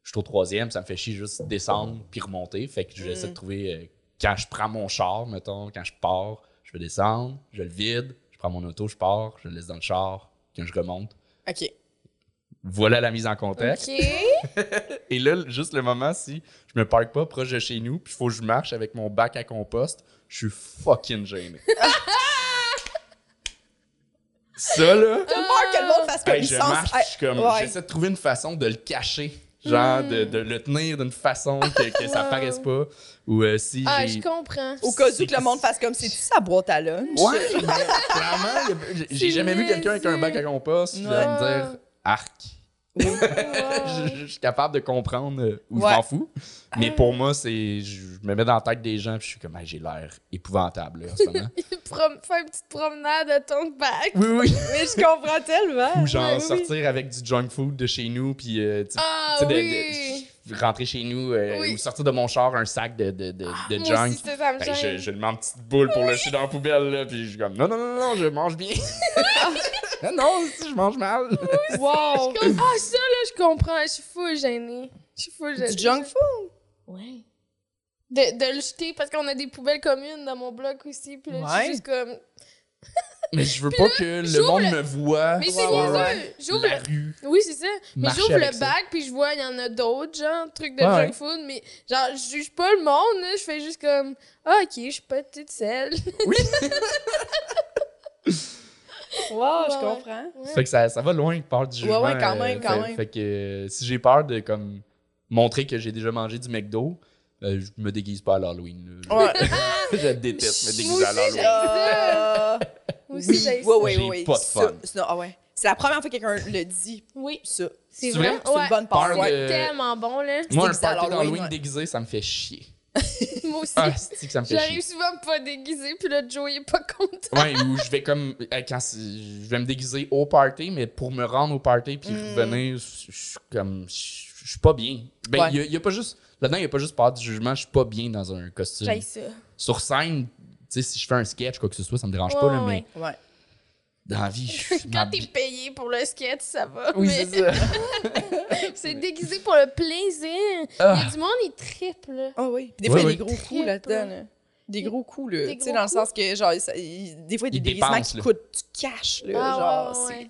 S4: je suis au troisième, ça me fait chier juste descendre puis remonter. Fait que j'essaie de trouver. euh, quand je prends mon char, mettons, quand je pars, je vais descendre, je le vide, je prends mon auto, je pars, je le laisse dans le char, quand je remonte.
S2: OK.
S4: Voilà la mise en contexte.
S3: OK.
S4: Et là, juste le moment, si je me parque pas proche de chez nous, puis il faut que je marche avec mon bac à compost, je suis
S3: (laughs)
S4: fucking gêné. ça, là,
S2: T'as peur que le monde fasse comme
S4: hey,
S2: une
S4: je marche, puis je suis comme,
S2: ouais.
S4: j'essaie de trouver une façon de le cacher. Genre, de,
S3: Hmm.
S4: de le tenir d'une façon que,
S3: (laughs)
S4: que ça
S3: Wow.
S4: paraisse pas. Ou euh, si
S3: Ah, je
S4: j'ai...
S3: comprends.
S2: Au cas où que le monde fasse comme c'est-tu sa boîte à lunch?
S4: Ouais, mais clairement, il y a- j'ai- j'ai
S3: C'est
S4: jamais vu quelqu'un avec un bac à
S3: niaiseux.
S4: compost je vais me
S3: Ouais.
S4: dire « arc ». (laughs) je,
S3: Ouais.
S4: je- je suis capable de comprendre euh, ou
S2: Ouais.
S4: je m'en fous. Mais pour moi, c'est je je me mets dans la tête des gens puis je suis comme Hey, j'ai l'air épouvantable là, en ce
S3: (laughs)
S4: moment.
S3: Prom- Faire une petite promenade à ton bac.
S4: oui oui.
S2: Mais je comprends tellement.
S4: Ou genre
S2: Ouais, oui, oui.
S4: sortir avec du junk food de chez nous puis euh, tu-
S3: Ah
S4: tu sais, de-
S3: oui!
S4: de- rentrer chez nous euh,
S3: Ah. Oui. Ah,
S4: ou sortir de mon char un sac de, de, de, de
S3: Moi
S4: junk.
S3: aussi, ça, ça me
S4: Fait que je,
S3: gêne.
S4: je le mets en petite boule pour le jeter dans la poubelle là, puis je suis comme non non non non je mange bien.
S3: Ah.
S4: (laughs) non non si je mange mal.
S3: (laughs)
S2: Wow!
S3: Comme, ah, ça, là, je comprends. Je suis fou gênée. Je suis fou gênée.
S2: Du junk food?
S3: Ouais. De, de le jeter parce qu'on a des poubelles communes dans mon bloc aussi. Puis là, je
S2: Ouais.
S3: suis juste comme.
S4: Mais je veux pas que le
S3: j'ouvre
S4: monde
S3: le-
S4: me voit
S3: Mais c'est
S4: sur
S2: ouais,
S3: niaiseux!
S2: ouais.
S3: J'ouvre
S4: la
S3: le-
S4: rue.
S3: Oui, c'est ça. Mais
S4: Marcher
S3: j'ouvre
S4: avec
S3: le
S4: ça.
S3: bac, puis je vois, il y en a d'autres, genre, trucs de
S4: Ouais,
S3: junk
S4: ouais.
S3: food. Mais, genre, je juge pas le monde, là. Je fais juste comme. Ah, ok, je suis pas toute seule. (laughs)
S4: Oui.
S2: Wow, je
S3: Ouais.
S2: comprends.
S3: Ouais.
S4: Ça fait que ça, ça va loin, peur du
S2: Ouais,
S4: jugement.
S2: ouais, quand même,
S4: euh,
S2: quand
S4: fait,
S2: même.
S4: fait que euh, si j'ai peur de comme montrer que j'ai déjà mangé du McDo, Euh, je me déguise pas à l'Halloween. là.
S2: Ouais.
S4: (laughs) je déteste me déguiser
S3: Moi
S4: à
S3: aussi,
S4: l'Halloween.
S2: Ah,
S3: Moi aussi,
S2: oui,
S3: j'ai
S2: oui,
S3: ça.
S2: oui,
S4: J'ai
S2: oui.
S4: pas de
S2: Ça,
S4: fun.
S2: c'est- ah ouais. C'est la première fois que quelqu'un le dit,
S3: Oui,
S2: ça.
S3: c'est
S4: C'est
S3: vrai.
S4: vrai?
S2: C'est
S3: Ouais.
S2: une bonne part.
S4: Peur
S2: Ouais.
S4: de-
S3: Tellement bon, là.
S4: Moi, un
S2: déguisé à
S4: party
S2: l'Halloween,
S4: d'Halloween
S2: ouais.
S4: déguisé, ça me fait chier.
S3: Moi aussi.
S4: Ah, c'est que ça me fait chier.
S3: (laughs) J'arrive souvent pas déguisée, puis là, Joe, il est pas content.
S4: Ouais, ou je vais comme. euh, Quand c'est- je vais me déguiser au party, mais pour me rendre au party puis
S2: Mm.
S4: revenir, je je suis comme. Je je suis pas bien. Ben,
S2: Ouais.
S4: il y a, il y a pas juste. Là-dedans, il n'y a pas juste peur du jugement, je suis pas bien dans un costume.
S3: J'ai ça.
S4: Sur scène, tu sais, si je fais un sketch, quoi que ce soit, ça me dérange
S3: Ouais,
S4: pas, là,
S3: ouais.
S4: mais
S2: Ouais.
S4: dans la
S3: (laughs)
S4: vie, je
S2: (laughs)
S4: suis.
S3: Quand t'es payé pour le sketch, ça va.
S4: Oui,
S3: mais
S4: c'est ça.
S3: (laughs) c'est déguisé pour le plaisir. Il y
S4: Ah.
S3: a du monde, il tripe, là.
S2: Ah oui. Puis des fois,
S4: Ouais,
S2: il y a des gros coups
S3: Triple.
S2: là-dedans. là. Des gros coups, là.
S3: Des
S2: Tu sais,
S3: gros
S2: dans le
S3: coups.
S2: sens que, genre, ça- il- des fois, il y a
S4: Ils
S2: des déguisements
S4: dépensent,
S2: qui
S4: là.
S2: coûtent du cash, là.
S3: Ah,
S2: Euh, genre,
S3: ouais, ouais,
S2: c'est-
S3: ouais.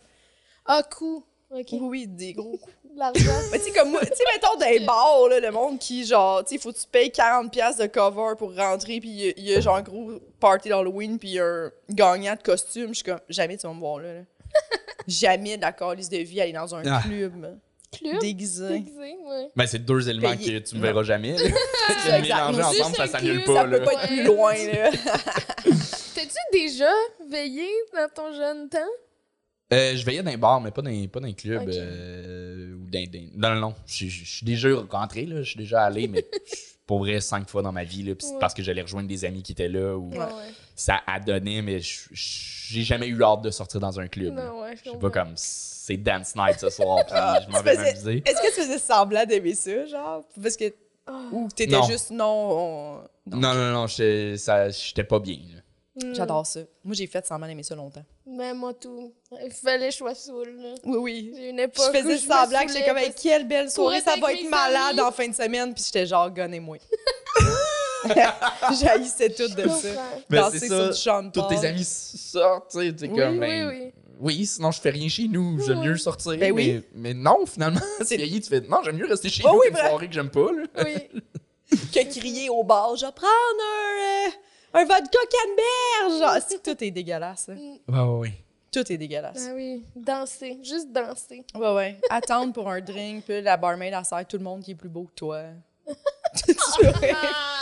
S3: Ah, coup. OK.
S2: Oui, oui, des gros coups.
S3: De l'argent.
S2: (laughs) Mais tu sais, comme moi, tu sais, mettons dans
S3: (laughs)
S2: les bars, là, le monde qui, genre, tu sais, faut que tu payes 40$ de cover pour rentrer, puis il y a- il y, a, genre, un gros party d'Halloween, puis il y a un gagnant de costume. Je suis comme, jamais tu vas me voir, là.
S3: (laughs)
S2: là. jamais de la calice de vie aller dans un
S4: Ah.
S2: club
S3: Club.
S2: déguisé.
S3: Déguisé, ouais.
S4: Ben, c'est deux éléments
S2: Payé.
S4: que tu me verras
S2: (laughs)
S4: jamais. là. Parce que
S2: Exact.
S4: mélanger
S2: Nous aussi,
S4: ensemble, ça
S3: c'est
S4: s'annule
S3: inclus,
S4: pas,
S2: Ça
S4: là.
S2: peut pas être plus loin, là.
S3: T'as-tu déjà veillé dans ton jeune temps?
S4: Euh, je veillais dans les bars, mais pas dans, pas dans les clubs.
S3: Ok.
S4: euh, ou dans, dans- Non, non, non. Je je- je suis déjà rentré, là. Je suis déjà
S2: (laughs)
S4: allé, mais je- pour vrai, cinq fois dans ma vie, là. puis c'est
S3: Ouais.
S4: parce que j'allais rejoindre des amis qui étaient là, ou
S3: Ah, ouais.
S4: ça a donné, mais je- je- j'ai jamais eu hâte de sortir dans un club. là.
S3: Non, ouais, je
S4: je sais
S3: comprends.
S4: pas comme c'est Dance Night ce soir, puis je m'en
S2: Ah, tu
S4: vais
S2: faisais-
S4: m'amuser.
S2: Est-ce que tu faisais semblant d'aimer ça, genre? Parce que. Ou que t'étais
S4: Non.
S2: juste non. on-
S4: Non, non, non, j'étais ça- j'étais pas bien. là.
S3: Hmm.
S2: J'adore ça. Moi, j'ai fait semblant d'aimer ça longtemps.
S3: Mais moi, tout. Il fallait que je sois saoule, là.
S2: Oui, oui.
S3: J'ai une époque
S2: Je
S3: où
S2: faisais
S3: me
S2: semblant que j'étais
S3: saoulais
S2: comme,
S3: parce
S2: Hey, quelle belle soirée,
S3: être
S2: ça va
S3: avec
S2: être
S3: mes
S2: malade
S3: amis.
S2: en fin de semaine. Puis j'étais genre, gonnez-moi. (laughs) J'haïssais tout de
S3: que je
S2: ça.
S3: comprends.
S4: Mais
S2: Danser
S4: Ben, c'est
S2: sur
S4: ça,
S2: du champ de
S4: Tous tes
S2: bord.
S4: amis sortent, tu sais, t'es
S2: Oui,
S4: comme.
S3: Oui,
S4: ben,
S3: oui.
S4: Oui, sinon je fais rien chez nous, j'aime
S3: Ouais.
S4: mieux sortir.
S2: Ben oui.
S4: mais, mais
S3: (laughs)
S4: non, finalement, c'est
S2: C'est-
S4: vieilli, tu fais non, j'aime mieux rester chez
S2: Oh
S4: nous
S2: oui,
S4: qu'une
S2: vrai.
S4: soirée que j'aime pas. Là.
S3: Oui.
S2: Que crier au bar, genre, prendre un, euh, un vodka canneberge. Genre, si, tout est dégueulasse. hein.
S4: Ouais, ouais, ouais.
S2: Tout est dégueulasse.
S3: Ah oui. Danser. Juste danser.
S2: Ouais, ouais. Attendre pour un drink, puis la barmaid, elle sert tout le monde qui est plus beau que toi.
S3: (laughs)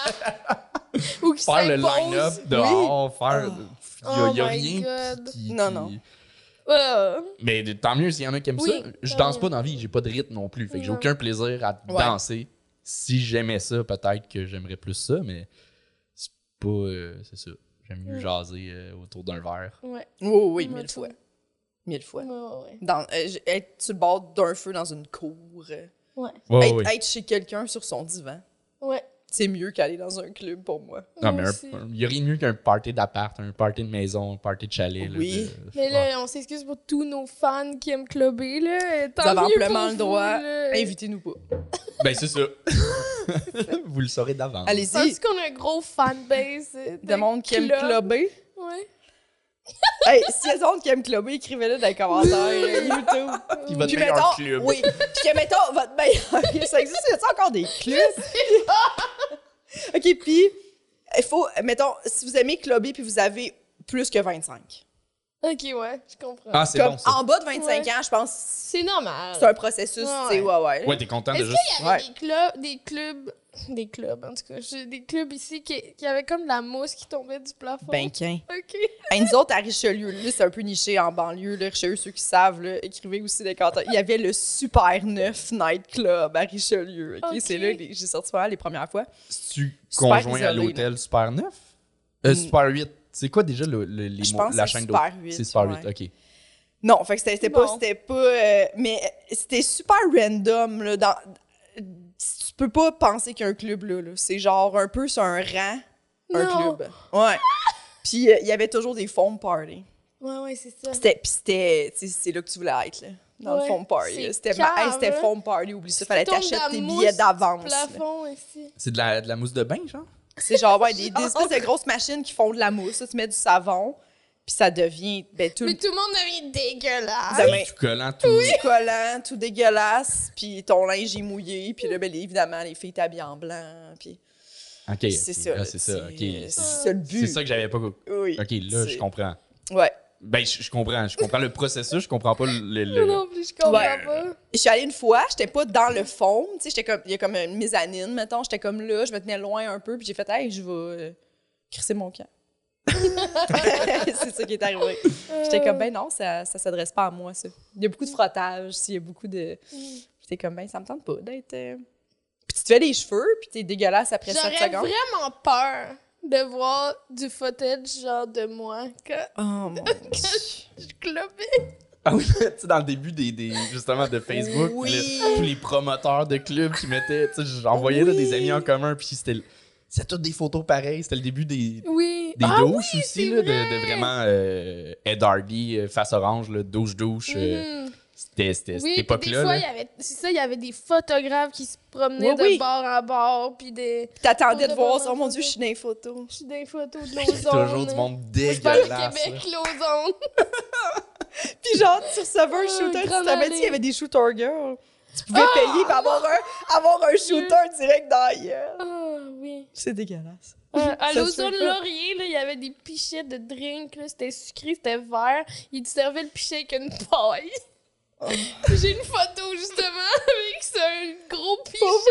S3: Ou qui
S4: Faire le
S3: s'impose.
S4: line-up dehors, faire. Il n'y a,
S3: Oh my
S4: rien.
S3: God.
S4: qui- qui-
S2: Non, non.
S3: Ah.
S4: Mais de- tant mieux s'il y en a qui aiment
S3: Oui,
S4: ça. Je
S3: tant
S4: danse
S3: mieux.
S4: pas dans la vie, j'ai pas de rythme non plus. Fait que j'ai
S3: Non.
S4: aucun plaisir à
S2: Ouais.
S4: danser. Si j'aimais ça, peut-être que j'aimerais plus ça, mais c'est pas. euh, c'est ça. J'aime mieux
S3: Mm.
S4: jaser euh, autour d'un verre.
S3: Ouais.
S2: Oui, oui, oui,
S3: Moi,
S2: mille
S3: tout.
S2: fois. Mille fois.
S3: Ouais, ouais.
S2: Dans, euh, j- être sur le bord d'un feu dans une cour. euh,
S3: Ouais.
S4: Ouais,
S2: être,
S4: ouais.
S2: être chez quelqu'un sur son divan.
S3: Ouais.
S2: C'est mieux qu'aller dans un club pour moi.
S4: Non,
S3: Moi
S4: mais
S3: aussi.
S4: un- il n'y a rien de mieux qu'un party d'appart, un party de maison, un party de chalet. là,
S2: Oui.
S4: de-
S3: Mais là, on s'excuse pour tous nos fans qui aiment clubber, là. Et Tant
S2: Vous avez
S3: mieux
S2: amplement
S3: pour
S2: le
S3: vous,
S2: droit.
S3: là.
S2: Invitez-nous pas.
S4: Ben, c'est ça. (laughs) Vous le saurez d'avance.
S3: Je pense
S2: Allez-y.
S3: qu'on a un gros fanbase. euh,
S2: De monde qui aime
S3: club.
S2: clubber.
S3: Ouais.
S2: hey, si y a du monde qui aime clubber, écrivez-le dans les commentaires
S3: (laughs)
S2: euh, YouTube.
S4: Puis votre
S2: Puis
S4: meilleur
S2: mettons,
S4: club.
S2: oui. Puis que mettons, votre meilleur, (laughs) ça existe, y a encore des clubs? (laughs) OK, puis il faut, mettons, si vous aimez clubber puis vous avez plus que 25.
S3: Ok, ouais, je comprends.
S4: Ah, c'est
S2: Comme
S4: bon, ça.
S2: en bas de 25
S3: Ouais.
S2: ans, je pense
S3: C'est normal.
S2: c'est un processus,
S3: Ouais,
S2: tu sais, ouais, ouais.
S4: Ouais, t'es content de
S3: Est-ce
S4: juste...
S3: qu'il y avait
S2: Ouais.
S3: des clubs, des clubs, des clubs en tout cas, j'ai des clubs ici qui, qui avaient comme de la mousse qui tombait du plafond?
S2: Ben, qu'un.
S3: Ok.
S2: Hey, nous autres, à Richelieu, là, c'est un peu niché en banlieue. Là, Richelieu, ceux qui savent, là, écrivez aussi des cantons. Il y avait le Super 9 Nightclub à Richelieu. ok?
S3: Ok.
S2: C'est là que j'ai sorti pas mal les premières fois.
S4: Tu
S2: Super
S4: conjoint à
S2: isolé,
S4: l'hôtel Super 9? Euh,
S2: Mm.
S4: Super 8. C'est quoi déjà le, le- les
S2: Je
S4: mots-
S2: pense
S4: la
S2: que c'est
S4: chaîne
S2: Super
S4: d'hôtel?
S2: 8,
S4: C'est Super
S2: ouais.
S4: 8, OK.
S2: Non, fait que c'était c'était pas.
S3: Bon.
S2: C'était pas euh, mais c'était super random. Là, dans, tu peux pas penser qu'il y a un club là. là. C'est genre un peu sur un rang, un
S3: Non.
S2: club.
S3: (laughs)
S2: Ouais. Puis euh, il y avait toujours des foam parties.
S3: Ouais, ouais, c'est ça.
S2: C'était, puis c'était, tu sais, c'est là que tu voulais être, là, dans
S3: Ouais,
S2: le foam
S3: c'est
S2: party. là. C'était, ma-
S3: cave,
S2: hey, c'était
S3: hein.
S2: foam party, oublie ça,
S3: Tu
S2: fallait
S3: tombes
S2: t'acheter
S3: dans la
S2: tes
S3: mousse
S2: billets
S3: du
S2: d'avance. là.
S3: Plafond ici.
S4: C'est de la, de la mousse de bain, genre?
S2: C'est genre,
S3: (laughs)
S2: ouais, des, des espèces de grosses machines qui font de la mousse, là, tu mets du savon, puis ça devient, ben, tout
S3: Mais tout le monde devient dégueulasse.
S2: Ça
S4: C'est
S2: va-
S4: tout collant, tout...
S2: collant, tout dégueulasse, puis ton linge est mouillé, puis là, ben, évidemment, les filles t'habillent en blanc, puis
S4: OK, ok.
S2: c'est ça.
S4: Ah,
S2: là,
S4: c'est ça, OK.
S2: C'est ça le but.
S4: C'est ça que j'avais pas... OK,
S2: Oui.
S4: là,
S2: C'est-
S4: je comprends.
S2: Ouais.
S4: Ben, je, je comprends. Je comprends le processus, je comprends pas le. le- le-
S3: Non, non plus, je comprends
S2: Ouais.
S3: pas.
S2: Je suis allée une fois, j'étais pas dans le fond, tu sais, j'étais comme, il y a comme une mezzanine, mettons, j'étais comme là, je me tenais loin un peu, puis j'ai fait, hey, je vais euh, crisser mon camp. (laughs) c'est ça qui est arrivé. J'étais comme, ben non, ça, ça s'adresse pas à moi, ça. Il y a beaucoup de frottage, il y a beaucoup de. J'étais comme, ben ça me tente pas d'être. euh. Puis tu te fais les cheveux, puis t'es dégueulasse après 7
S3: J'aurais
S2: secondes.
S3: vraiment peur de voir du footage genre de moi quand (laughs)
S2: Oh (laughs) mon Dieu.
S3: je clubais.
S4: Ah oui, (laughs) tu sais, dans le début des, des- justement de Facebook,
S2: Oui.
S4: le- tous les promoteurs de clubs qui mettaient, tu sais, j'envoyais là, des
S2: Oui.
S4: amis en commun, puis c'était, le- c'était toutes des photos pareilles, c'était le début des,
S3: Oui.
S4: des
S3: Ah
S4: douches aussi,
S3: c'est
S4: là, de,
S3: vrai.
S4: de vraiment euh, Ed Hardy, euh, face orange, là, douche-douche, euh,
S3: Mhm.
S4: c'était,
S3: Oui,
S4: c'était cette
S3: puis des
S4: époque-là.
S3: fois,
S4: là.
S3: il y avait, c'est ça, il y avait des photographes qui se promenaient
S2: Oui,
S3: de
S2: oui.
S3: bord en bord, puis des,
S2: Puis T'attendais de
S3: On
S2: voir,
S3: devrait
S2: oh mon
S3: prendre
S2: Dieu, je suis dans les photos. (laughs)
S3: je suis des
S4: (laughs)
S3: photos de
S4: Il y a
S3: l'ozone.
S4: toujours du monde
S3: Je parle au
S4: dégueulasse. là.
S3: Québec, l'ozone.
S2: Puis genre, tu recevais un
S3: Oh,
S2: shooter, tu
S3: grande
S2: savais il y
S3: allée.
S2: avait des shooter girls. Tu pouvais payer pour avoir un, avoir un shooter direct dans la gueule.
S3: Ah, oui.
S2: C'est dégueulasse.
S3: (laughs) Euh, à
S2: Ça se
S3: l'ozone
S2: fait pas.
S3: laurier, là, il y avait des pichets de drink, là, c'était sucré, c'était vert. Ils te servaient le pichet avec une paille. Oh. (laughs) J'ai une photo, justement, (laughs) avec ça, un gros pichet.
S2: Pour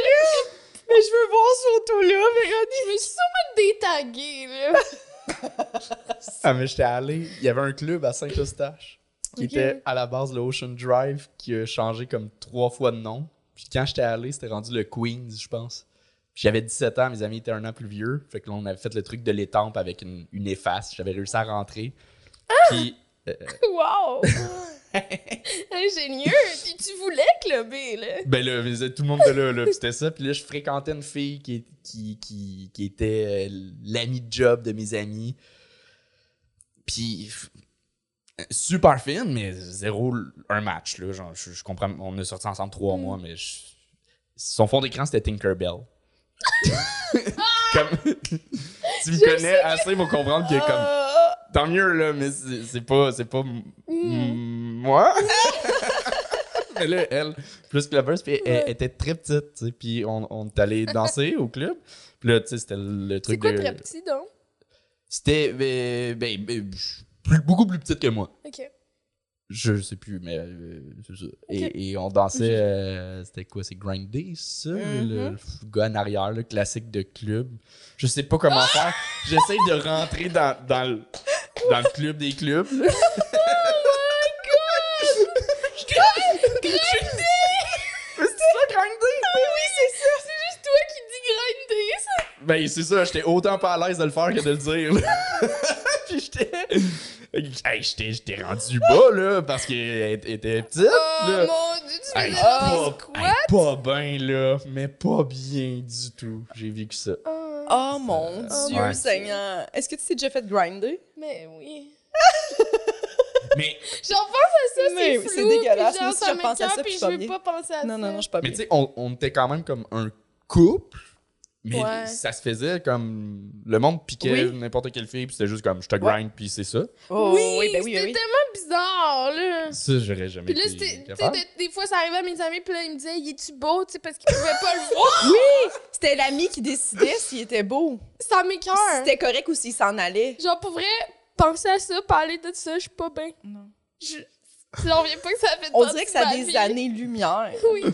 S2: Mais je veux voir ce auto-là, Véronique.
S3: Je me suis sûrement détaguée, là.
S4: Ah, mais j'étais allé, il y avait un club à Saint-Eustache qui
S3: Ok.
S4: était à la base le Ocean Drive qui a changé comme trois fois de nom. Puis quand j'étais allé, c'était rendu le Queens, je pense. Puis J'avais 17 ans, mes amis étaient un an plus vieux. Fait que là, on avait fait le truc de l'étampe avec une, une efface. J'avais réussi à rentrer. Puis,
S3: (laughs) (laughs) Wow! Ingénieux! Puis tu voulais clubber, là!
S4: ben là, mais tout le monde était là, là. Puis c'était ça. Puis là, je fréquentais une fille qui, qui, qui, qui était euh, l'amie de job de mes amis. Puis f- super fine, mais zéro l- un match là. Genre, je, je comprends. On est sortis ensemble trois mois, mais je- son fond d'écran c'était Tinkerbell. Comme- (laughs) tu me connais assez pour comprendre
S2: Euh,
S4: que comme tant mieux là, mais c'est c'est pas c'est pas m-
S3: Hein? Hmm.
S4: m- moi. Mm, (laughs) mais là elle plus clubbeuse, puis elle, elle était très petite, tu sais, puis on, on est allé danser au club. Puis là, tu sais, c'était le
S3: C'est
S4: truc
S3: quoi
S4: de-
S3: très petit, donc?
S4: c'était euh, ben, ben, plus- beaucoup plus petite que moi.
S3: Ok.
S4: Je sais plus, mais euh, c'est ça. Et, et on dansait, euh, c'était quoi, c'est Grind Day, ça? Le
S3: Mm-hmm.
S4: le gars en arrière, le classique de club. Je sais pas
S3: Ah!
S4: comment faire. J'essaie de rentrer dans, dans, le, dans le club des clubs. là.
S2: C'est ça, grindé. Ah Oui, c'est ça.
S3: C'est juste toi qui dis grinder, ça!
S4: Ben, c'est ça, j'étais autant pas à l'aise de le faire que de le dire. là. (laughs) Puis j'étais. Hey, j'étais j'étais rendu bas, là, parce qu'elle était petite.
S3: Oh
S4: là.
S3: mon dieu, tu
S4: Hey,
S3: faisais
S4: pas,
S3: des
S4: hey, pas bien là, mais pas bien du tout. J'ai vécu ça.
S3: squats!
S2: Oh mon Dieu,
S4: ouais.
S2: Seigneur. Est-ce que tu t'es déjà fait grinder?
S3: Mais oui.
S4: Mais,
S3: J'en pense à ça,
S2: Mais
S3: c'est
S2: oui,
S3: flou.
S2: c'est dégueulasse.
S3: puis
S2: Moi
S3: Genre,
S2: aussi,
S3: ça
S2: je repense à ça,
S3: m'écoeure,
S2: puis je
S3: puis je
S2: suis pas
S3: veux pas penser à ça.
S2: Non, non, non, je suis pas
S4: mais
S2: bien.
S4: tu sais, on, on était quand même comme un couple, mais
S3: Ouais.
S4: ça se faisait comme le monde piquait
S2: Oui.
S4: n'importe quelle fille, puis c'était juste comme je te grind, puis c'est ça.
S2: Oh,
S3: oui,
S2: oui, ben oui,
S3: c'était
S2: oui, oui.
S3: tellement bizarre, là.
S4: Ça, j'aurais jamais
S3: Puis là,
S4: été
S3: c'était, tu sais,
S4: capable.
S3: de- des fois, ça arrivait à mes amis, puis là, ils me disaient, il est-tu beau, tu sais, parce qu'ils pouvaient pas
S2: (laughs)
S3: le voir.
S2: Oui, c'était l'ami qui décidait s'il était beau.
S3: Ça m'écoeure.
S2: C'était correct ou s'il s'en allait.
S3: Genre, pour vrai, penser à ça, parler de ça, je suis pas bien.
S2: Non.
S3: Je... J'en reviens pas que ça fait
S2: On
S3: partie
S2: dirait que ça a
S3: de ma
S2: des
S3: vie.
S2: années-lumière.
S3: Oui,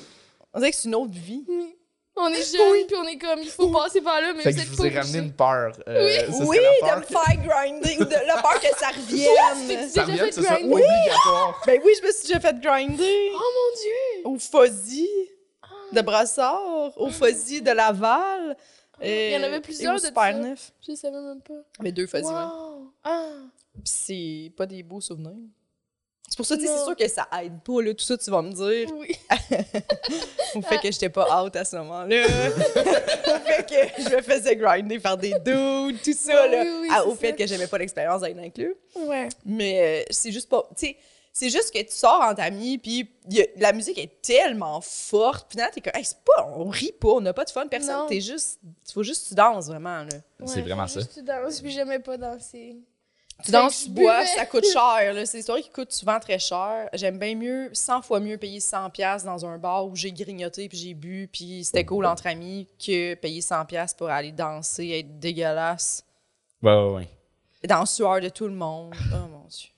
S2: On dirait que c'est une autre vie.
S3: oui. On est jeunes, puis on est comme, il faut passer par là, mais
S4: Fait
S3: vous
S4: que je
S3: êtes
S4: vous ai
S3: pas
S4: ramené
S3: obligés.
S4: une peur. euh, ça, c'était
S2: oui,
S4: la peur
S2: de me
S4: que-
S2: faire grinding, de la peur que
S3: (laughs)
S2: ça
S3: Tu t'es
S2: revienne.
S3: déjà
S4: Ça revient,
S3: fait
S4: c'est ça,
S3: grinder? (laughs)
S4: obligatoire.
S2: ben oui, je me suis déjà fait grinder.
S3: Oh mon dieu!
S2: Au Fuzzy de
S3: Ah.
S2: Brassard, au Fuzzy de Laval. euh,
S3: Il y en avait plusieurs
S2: et au
S3: de
S2: Super
S3: ça.
S2: Neuf.
S3: Je savais même pas.
S2: Mais deux Fuzzy, ouais.
S3: Wow! Ah!
S2: Puis c'est pas des beaux souvenirs. C'est pour ça, tu sais, c'est
S3: Non.
S2: sûr que ça aide pas, là. Tout ça, tu vas me dire.
S3: Oui!
S2: Au fait que j'étais pas out à ce moment-là. au fait que je me faisais grinder par des dudes, tout ça,
S3: Ah
S2: là.
S3: oui, oui,
S2: Ah,
S3: c'est
S2: au fait
S3: ça.
S2: que j'aimais pas l'expérience d'être inclus.
S3: Ouais.
S2: Mais euh, c'est juste pas. Tu sais, c'est juste que tu sors en ami, puis y a- la musique est tellement forte. Puis finalement, t'es comme, hey, c'est pas, on rit pas, on n'a pas de fun, personne.
S3: Non.
S2: T'es juste. Il faut juste que tu danses vraiment, là.
S4: C'est vraiment ça.
S3: Tu danses, puis j'aimais pas danser.
S2: Tu danses,
S3: que
S2: tu
S3: je
S2: bois,
S3: buvais.
S2: ça coûte cher, là. C'est des soirées qui coûtent souvent très cher. J'aime bien mieux, 100 fois mieux payer 100$ dans un bar où j'ai grignoté, puis j'ai bu, puis c'était cool entre amis, que payer 100$ pour aller danser, être dégueulasse,
S4: Ouais, ouais, ouais.
S2: dans le sueur de tout le monde. Oh mon Dieu.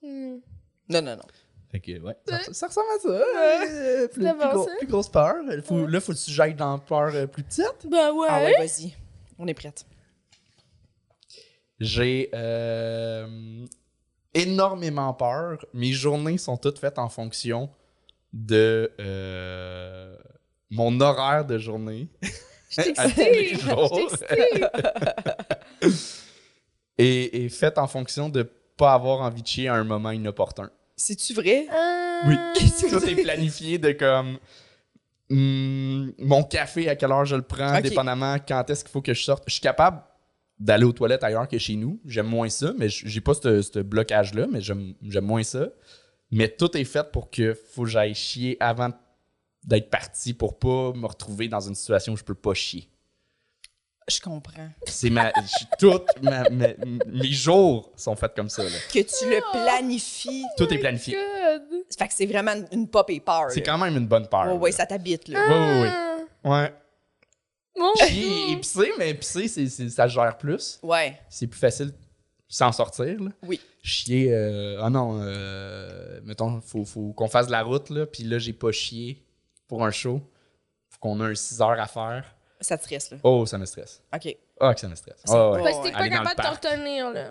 S3: Hmm.
S2: Non, non, non.
S5: Fait que, ouais, ça, res- ça ressemble à ça. euh, plus,
S3: C'est
S5: plus
S3: bon,
S5: gros-
S3: ça.
S5: plus grosse peur. Il faut- Là, il faut le sujet dans la peur euh, plus petite.
S3: Ben ouais.
S2: Ah ouais, vas-y. On est prête.
S4: J'ai euh, énormément peur. Mes journées sont toutes faites en fonction de euh, mon horaire de journée.
S3: Je suis
S4: À tous les
S3: excitée. Je
S4: jours.
S3: suis excitée.
S4: Et, et faite en fonction de pas avoir envie de chier à un moment inopportun.
S2: C'est-tu vrai?
S3: Euh,
S2: (laughs)
S4: Oui. Tout est planifié de comme. hmm, mon café, à quelle heure je le prends,
S2: Ok.
S4: dépendamment quand est-ce qu'il faut que je sorte. Je suis capable d'aller aux toilettes ailleurs que chez nous. J'aime moins ça, mais j- j'ai pas ce ce blocage-là, mais j'aime j'aime moins ça. Mais tout est fait pour que faut que j'aille chier avant d'être parti pour pas me retrouver dans une situation où je peux pas chier.
S2: Je comprends.
S4: C'est ma.
S2: (laughs)
S4: j- Tout ma- ma- m- mes jours sont faits comme ça. là.
S2: Que tu
S3: Ah!
S2: le planifies.
S4: Tout
S3: (laughs)
S4: est planifié.
S3: God.
S2: Fait que c'est vraiment une- une pop et peur.
S4: C'est
S2: là.
S4: quand même une bonne peur.
S2: Ouais, ouais,
S4: là.
S2: ça t'habite, là.
S4: Ouais, ouais, ouais.
S3: Ah.
S4: Ouais.
S3: Bon. (laughs)
S4: Chier et pisser, mais pisser, c'est- c'est- ça gère plus.
S2: Ouais.
S4: c'est plus facile s'en sortir. Là.
S2: Oui.
S4: Chier, euh, ah non, euh, mettons, faut, faut qu'on fasse de la route, là, puis là, j'ai pas chié pour un show. Faut qu'on ait un 6 heures à faire.
S2: Ça te stresse, là.
S4: Oh, ça me stresse.
S2: OK.
S4: Ah, que ça me stresse.
S2: Ça-
S4: Ah ouais.
S3: Parce que t'es pas
S4: Aller dans le
S3: capable de t'en
S4: parc.
S3: retenir, là.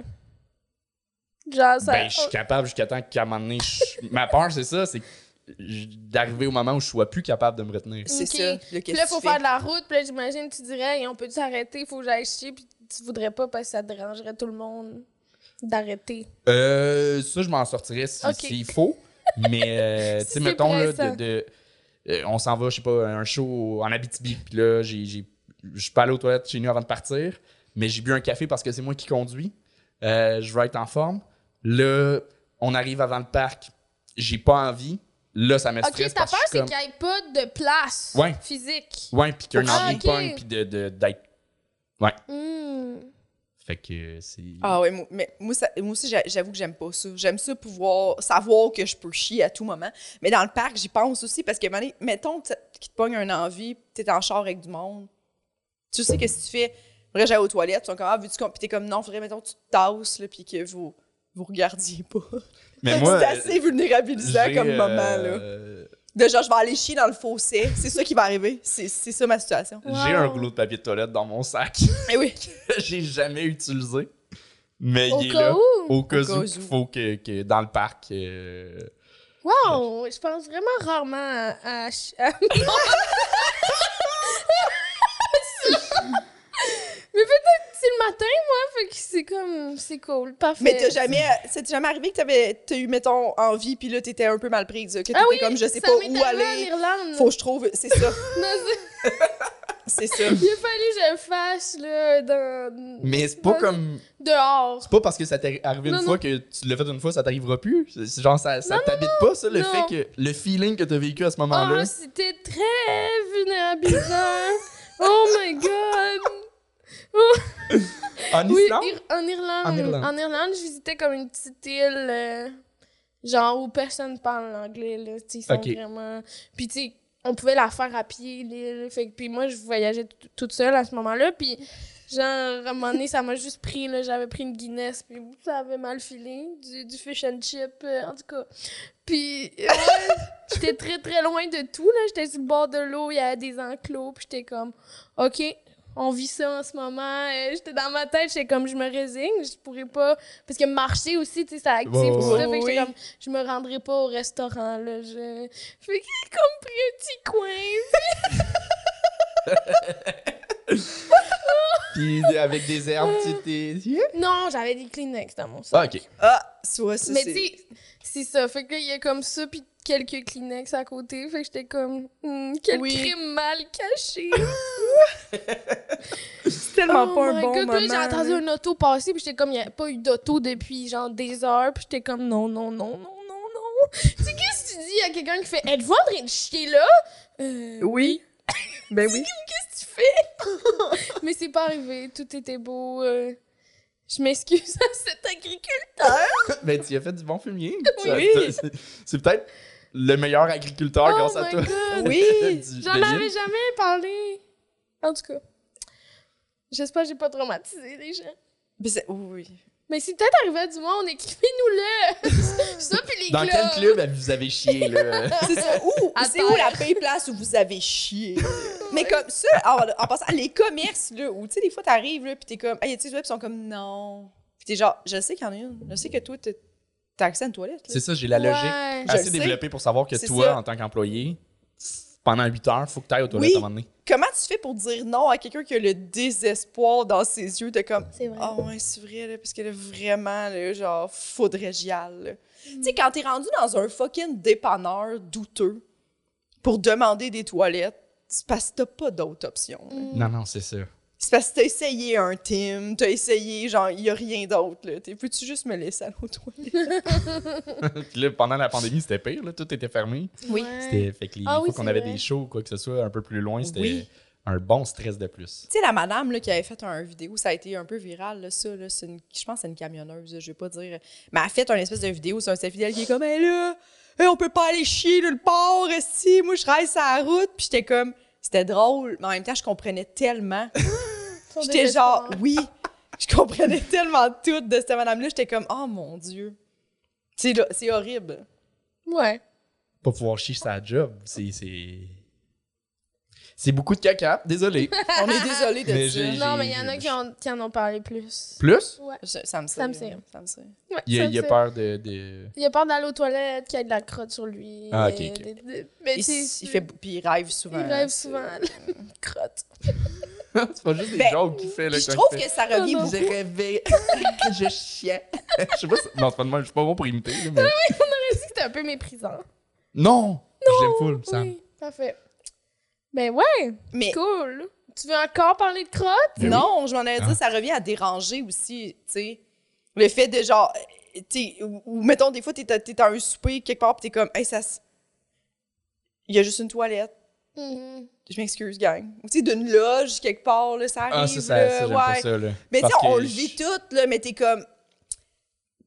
S3: Genre, ça.
S4: Ben, je suis capable jusqu'à temps qu'à un moment donné, je- ma peur, c'est ça, c'est j- d'arriver au moment où je sois plus capable de me retenir.
S2: C'est
S3: Ok.
S2: ça. Le
S3: Puis là, faut faire de la route. Puis là, j'imagine, tu dirais, Hey, on peut s'arrêter, faut que j'aille chier. Puis tu voudrais pas parce que ça dérangerait tout le monde d'arrêter.
S4: Euh, ça, je m'en sortirais si-
S3: Ok.
S4: s'il faut. Mais,
S3: (laughs)
S4: euh,
S3: Si
S4: tu sais,
S3: c'est
S4: mettons, là,
S3: pressant.
S4: de, de- euh, on s'en va, je sais pas, à un show en Abitibi. Puis là, j'ai- j'ai- je suis pas allé aux toilettes chez nous avant de partir. Mais j'ai bu un café parce que c'est moi qui conduis. Euh, je veux être en forme. Là, on arrive avant le parc. J'ai pas envie. Là, ça me
S3: Ok,
S4: stresse.
S3: ta
S4: parce que
S3: peur,
S4: je suis
S3: c'est
S4: comme-
S3: qu'il n'y ait pas de place
S4: Ouais.
S3: physique.
S4: Ouais, puis qu'un
S3: Ah,
S4: envie
S3: ok.
S4: de pogne, puis de- de- d'être.
S3: Hmm.
S4: Fait que euh, c'est.
S2: Ah ouais, moi, mais moi, ça- moi aussi, j'a- j'avoue que j'aime pas ça. J'aime ça pouvoir savoir que je peux chier à tout moment. Mais dans le parc, j'y pense aussi parce que, à un moment donné, mettons que ça- qu'il te pogne un envie, pis t'es en char avec du monde. Tu sais que si tu fais, vrai, j'allais aux toilettes, tu es comme, ah, veux-tu qu'on. Puis t'es comme, non, faudrait, mettons, que tu te tasses, là, puis que vous, vous regardiez pas. (laughs)
S4: Mais moi. euh,
S2: C'est assez vulnérabilisant
S4: j'ai,
S2: comme moment, là.
S4: euh,
S2: De genre, je vais aller chier dans le fossé. C'est ça qui va arriver. C'est c'est ça ma situation.
S3: Wow.
S4: J'ai un rouleau de papier de toilette dans mon sac.
S2: Mais oui.
S4: (laughs) j'ai jamais utilisé. Mais
S3: Au
S4: Ben, il est
S3: cas
S4: là.
S3: où.
S4: Au cas,
S2: Au cas
S4: où,
S2: où.
S4: qu'il faut que, que dans le parc. euh,
S3: Wow, je pense vraiment rarement à. à ch-
S2: (laughs)
S3: à- Mais peut-être que c'est le matin, moi, fait que c'est comme. C'est cool, parfait.
S2: Mais t'as jamais, c'est jamais arrivé que t'avais, t'as eu, mettons, envie, puis là, t'étais un peu mal prise, que t'étais
S3: Ah oui,
S2: comme, je sais
S3: ça
S2: pas
S3: m'est
S2: où
S3: arrivé
S2: aller,
S3: en Irlande.
S2: faut que je trouve, c'est ça,
S3: (laughs) Non, c'est-
S2: c'est ça.
S3: il a fallu que je le fasse, là, dans...
S4: Mais c'est pas
S3: Ouais.
S4: comme.
S3: dehors.
S4: C'est pas parce que ça t'est arrivé
S3: Non,
S4: une
S3: non.
S4: fois que tu l'as fait une fois, ça t'arrivera plus. C'est- c'est genre, ça, ça t'habite pas, ça, le
S3: non.
S4: fait que. Le feeling que t'as vécu à ce moment-là.
S3: Oh, c'était très vulnérabilisant. oh my god.
S4: en
S3: Oui,
S4: Islande?
S3: Ir- en Irlande.
S4: En Irlande.
S3: En Irlande, je visitais comme une petite île, euh, genre où personne parle l'anglais, là. Tu sais, ils sont
S4: Ok.
S3: vraiment. Puis, tu sais, on pouvait la faire à pied, l'île. Fait que, puis moi, je voyageais tout- toute seule à ce moment-là. Puis, genre, à un moment donné, ça m'a juste pris, là. J'avais pris une Guinness, puis ça avait mal filé. Du, du fish and chip, euh, en tout cas. Puis, ouais, j'étais très, très loin de tout, là. J'étais sur le bord de l'eau, il y avait des enclos, puis j'étais comme, OK, on vit ça en ce moment. Euh, J'étais dans ma tête, j'étais comme, je me résigne, je pourrais pas. Parce que marcher aussi, tu sais, ça active
S4: Ouais, ouais,
S3: tout
S2: ouais.
S3: ça. Fait que j'étais
S2: Oui.
S3: comme, je me rendrai pas au restaurant, là. Je... Fait que j'ai comme pris un petit coin.
S4: Puis avec des herbes, tu t'es. Yeah.
S3: Non, j'avais des Kleenex dans mon sac.
S4: Ah, ok.
S2: Ah, soit ça,
S3: Mais tu
S2: c'est-
S3: sais, c'est ça. Fait que là, il y a comme ça, puis quelques Kleenex à côté. Fait que j'étais comme, Hmm, quel
S2: Oui.
S3: crime mal caché.
S2: c'est tellement
S3: Oh
S2: pas un
S3: my
S2: bon
S3: God,
S2: moment.
S3: puis là, J'ai entendu
S2: là.
S3: un auto passer, puis j'étais comme, il n'y a pas eu d'auto depuis genre des heures, puis j'étais comme, non, non, non, non, non, non. tu sais, qu'est-ce que tu dis à quelqu'un qui fait, êtes-vous en train de chier là? Euh, (laughs)
S2: Oui, ben oui.
S3: qu'est-ce que tu fais? (laughs) Mais c'est pas arrivé, tout était beau. euh, Je m'excuse à cet agriculteur.
S4: Mais Ah, ben, tu as fait du bon fumier. Ça-
S2: Oui.
S4: ça- c'est- C'est peut-être le meilleur agriculteur Ah, grâce
S3: oh
S4: à
S3: my
S4: toi.
S3: God.
S2: Oui,
S4: (laughs) Du- de
S3: J'en
S4: l'île.
S3: avais jamais parlé. En tout cas, j'espère que j'ai pas traumatisé les gens.
S2: Mais c'est- oui, oui.
S3: Mais si peut-être arrivait du monde, équipez-nous-le! (laughs) ça, puis les
S4: Dans
S3: clubs.
S4: quel club elle vous avez chié, là? (laughs)
S2: C'est ça. Où?
S3: À
S2: C'est où la pire place où vous avez chié? Mais comme ça, en, en passant, les commerces, là, où, tu sais, des fois, t'arrives, là, pis t'es comme, hey, tu sais, ils sont comme, non. Pis t'es genre, je sais qu'il y en a une. Je sais que toi, t'as t'as accès à une toilette, là.
S4: C'est ça, j'ai la logique
S3: Ouais.
S2: Je
S4: assez
S2: le sais.
S4: développée pour savoir que
S2: C'est
S4: toi,
S2: ça.
S4: en tant qu'employé, pendant 8 heures, faut que tu ailles aux toilettes
S2: Oui.
S4: à un moment donné.
S2: Comment tu fais pour dire non à quelqu'un qui a le désespoir dans ses yeux de comme,
S3: C'est vrai.
S2: Ah ouais, c'est vrai, là, parce que là, vraiment, là, genre, faudrait que j'y aille, là. Tu sais, quand t'es rendu dans un fucking dépanneur douteux pour demander des toilettes, c'est parce que t'as pas d'autre option. là.
S3: Mm,
S4: Non, non, c'est ça.
S2: C'est parce que t'as essayé un Tim, t'as essayé, genre, il y a rien d'autre, là. T'es- Peux-tu juste me laisser aller aux toilettes?
S4: Puis là, pendant la pandémie, c'était pire, là, tout était fermé.
S2: Oui.
S3: Ouais.
S4: C'était fait que les
S3: Ah
S4: fois
S3: oui,
S4: qu'on
S3: c'est
S4: avait
S3: vrai.
S4: des shows ou quoi que ce soit un peu plus loin, c'était
S2: Oui.
S4: un bon stress de plus.
S2: Tu sais, la madame là, qui avait fait un vidéo, ça a été un peu viral, là, ça. Là, c'est une- je pense que c'est une camionneuse, là, je vais pas dire. Mais elle a fait une espèce de vidéo sur un selfie d'elle qui est comme, hé là, hey, on peut pas aller chier nulle part, si, moi je reste sur la route. Puis j'étais comme, c'était drôle, mais en même temps, je comprenais tellement.
S3: Son
S2: J'étais
S3: désespoir.
S2: genre, oui, je comprenais (laughs) tellement tout de cette madame-là. J'étais comme, oh mon Dieu. C'est, là- c'est horrible.
S3: Ouais.
S4: Pas pouvoir chier sa job, c'est. C'est c'est beaucoup de caca,
S2: (laughs)
S4: désolé.
S2: On est désolé de
S4: (laughs) Mais
S2: ça.
S4: j'ai-
S3: Non, mais il y en a qui, ont- qui en ont parlé plus.
S4: Plus,
S2: Je- ça me
S3: Ça me
S2: sert.
S3: sert.
S2: Ça me sert.
S3: Ouais,
S4: il y a,
S3: ça,
S4: il y a
S3: ça.
S4: peur de. de- (laughs)
S3: Il a peur d'aller aux toilettes, qu'il y ait de la crotte sur lui.
S4: Ah, ok,
S3: euh,
S4: ok.
S3: des- des- Mais
S2: Il,
S3: tu sais,
S2: s- il fait, puis il rêve souvent. hein,
S3: Il rêve
S2: ça.
S3: souvent à la (laughs) crotte.
S4: c'est pas juste des
S2: Ben,
S4: jokes qu'il fait, là.
S2: Puis je
S4: quand il
S2: trouve
S4: fait-
S2: que ça revient
S3: Oh non.
S2: beaucoup.
S4: J'ai rêvé (laughs) que
S2: (laughs)
S4: je chiais. je sais pas si- Non, c'est pas de moi, je suis pas bon pour imiter. là, mais-
S3: C'était un peu méprisant.
S4: Non! J'aime full, Sam.
S3: Oui, parfait. Ben ouais,
S2: Mais
S3: cool. Tu veux encore parler de crotte?
S4: Ben
S2: non, je m'en allais
S4: Hein?
S2: dire, ça revient à déranger aussi, tu sais. Le fait de genre, euh, t'es- ou, ou mettons, des fois, t'es à- t'es à un souper quelque part, pis t'es comme, hey, ça. se- Il y a juste une toilette.
S3: Mhm.
S2: Je m'excuse, gang. Ou tu sais, d'une loge quelque part, là, ça arrive.
S4: Ah, ça, ça,
S2: là,
S4: ça, j'aime
S2: ouais.
S4: pas ça, là.
S2: Mais tu sais,
S4: Parce
S2: on
S4: que
S2: le
S4: je-
S2: vit tout, là, mais t'es comme,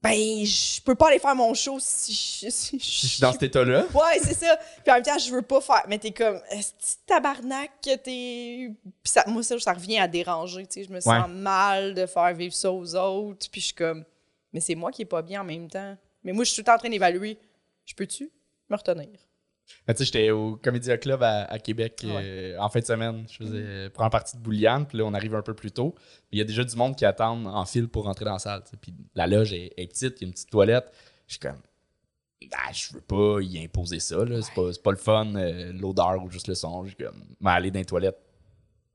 S2: ben, je peux pas aller faire mon show si je. si je-
S4: Je suis dans cet état-là.
S2: Ouais, c'est ça. Puis en même temps, je veux pas faire. Mais t'es comme, petit tabarnak, que t'es. Puis ça, moi, ça, ça revient à déranger. Tu sais, je me sens mal de faire vivre ça aux autres. Puis je suis comme, mais c'est moi qui est pas bien en même temps. Mais moi, je suis tout le temps en train d'évaluer. Je peux-tu me retenir?
S4: Mais tu sais, j'étais au Comédia Club à, à Québec
S2: Ah
S4: euh, en fin de semaine. Je
S2: Mm.
S4: faisais euh, première partie de Bouliane, puis là, on arrive un peu plus tôt. Il y a déjà du monde qui attend en file pour rentrer dans la salle. tu sais. Puis la loge est, est petite, il y a une petite toilette. Je suis comme, ah, je veux pas y imposer ça, là. C'est pas, c'est pas le fun, euh, l'odeur ou juste le son. Je suis comme, mais aller dans les toilettes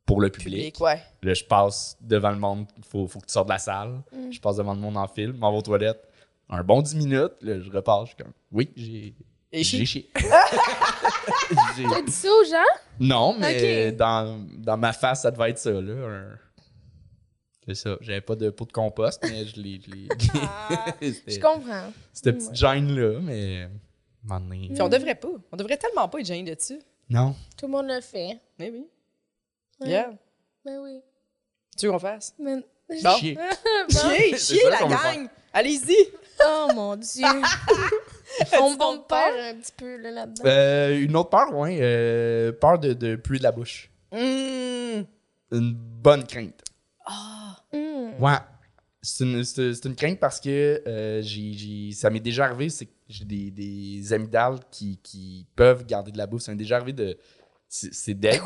S4: pour le public.
S2: Public, ouais.
S4: Là, je passe devant le monde. Il faut, faut que tu sortes de la salle.
S3: Mm.
S4: Je passe devant le monde en file, m'en vais aux toilettes. Un bon 10 minutes, là, je repars. Je suis comme, oui, j'ai.
S2: Et
S4: j'ai
S2: chier.
S4: chié. J'ai-
S3: T'as dit ça aux gens?
S4: Non, mais
S3: Ok.
S4: dans, dans ma face, ça devait être ça, là. un- C'est ça. J'avais pas de pot de compost, mais je l'ai.
S3: (laughs)
S4: je l'ai- (laughs)
S3: Je
S4: C'était
S3: comprends.
S4: cette petite gêne-là, mais. à un moment donné-
S2: Puis on devrait pas. On devrait tellement pas être gêné de ça.
S4: Non.
S3: Tout le monde le fait.
S2: Mais oui.
S3: Ouais.
S2: Yeah.
S3: Ben oui.
S2: Tu veux qu'on fasse?
S3: Mais...
S2: Bon.
S3: (laughs)
S4: Chier.
S3: Bon.
S2: Chier,
S4: C'est
S2: chier,
S4: ça
S2: la
S4: qu'on veut faire.
S2: gang! Allez-y!
S3: (laughs) Oh mon dieu. on
S2: donc
S3: me perd un petit peu là, là-dedans.
S4: Euh, une autre peur, ouais. euh, peur de, de puer de la bouche.
S2: Hum.
S4: Une bonne crainte.
S3: Mm.
S4: Ouais. C'est une, c'est- c'est une crainte parce que euh, j'ai- j'ai- ça m'est déjà arrivé, c'est que j'ai des, des amygdales qui, qui peuvent garder de la bouffe. Ça m'est déjà arrivé de. C'est c'est deg.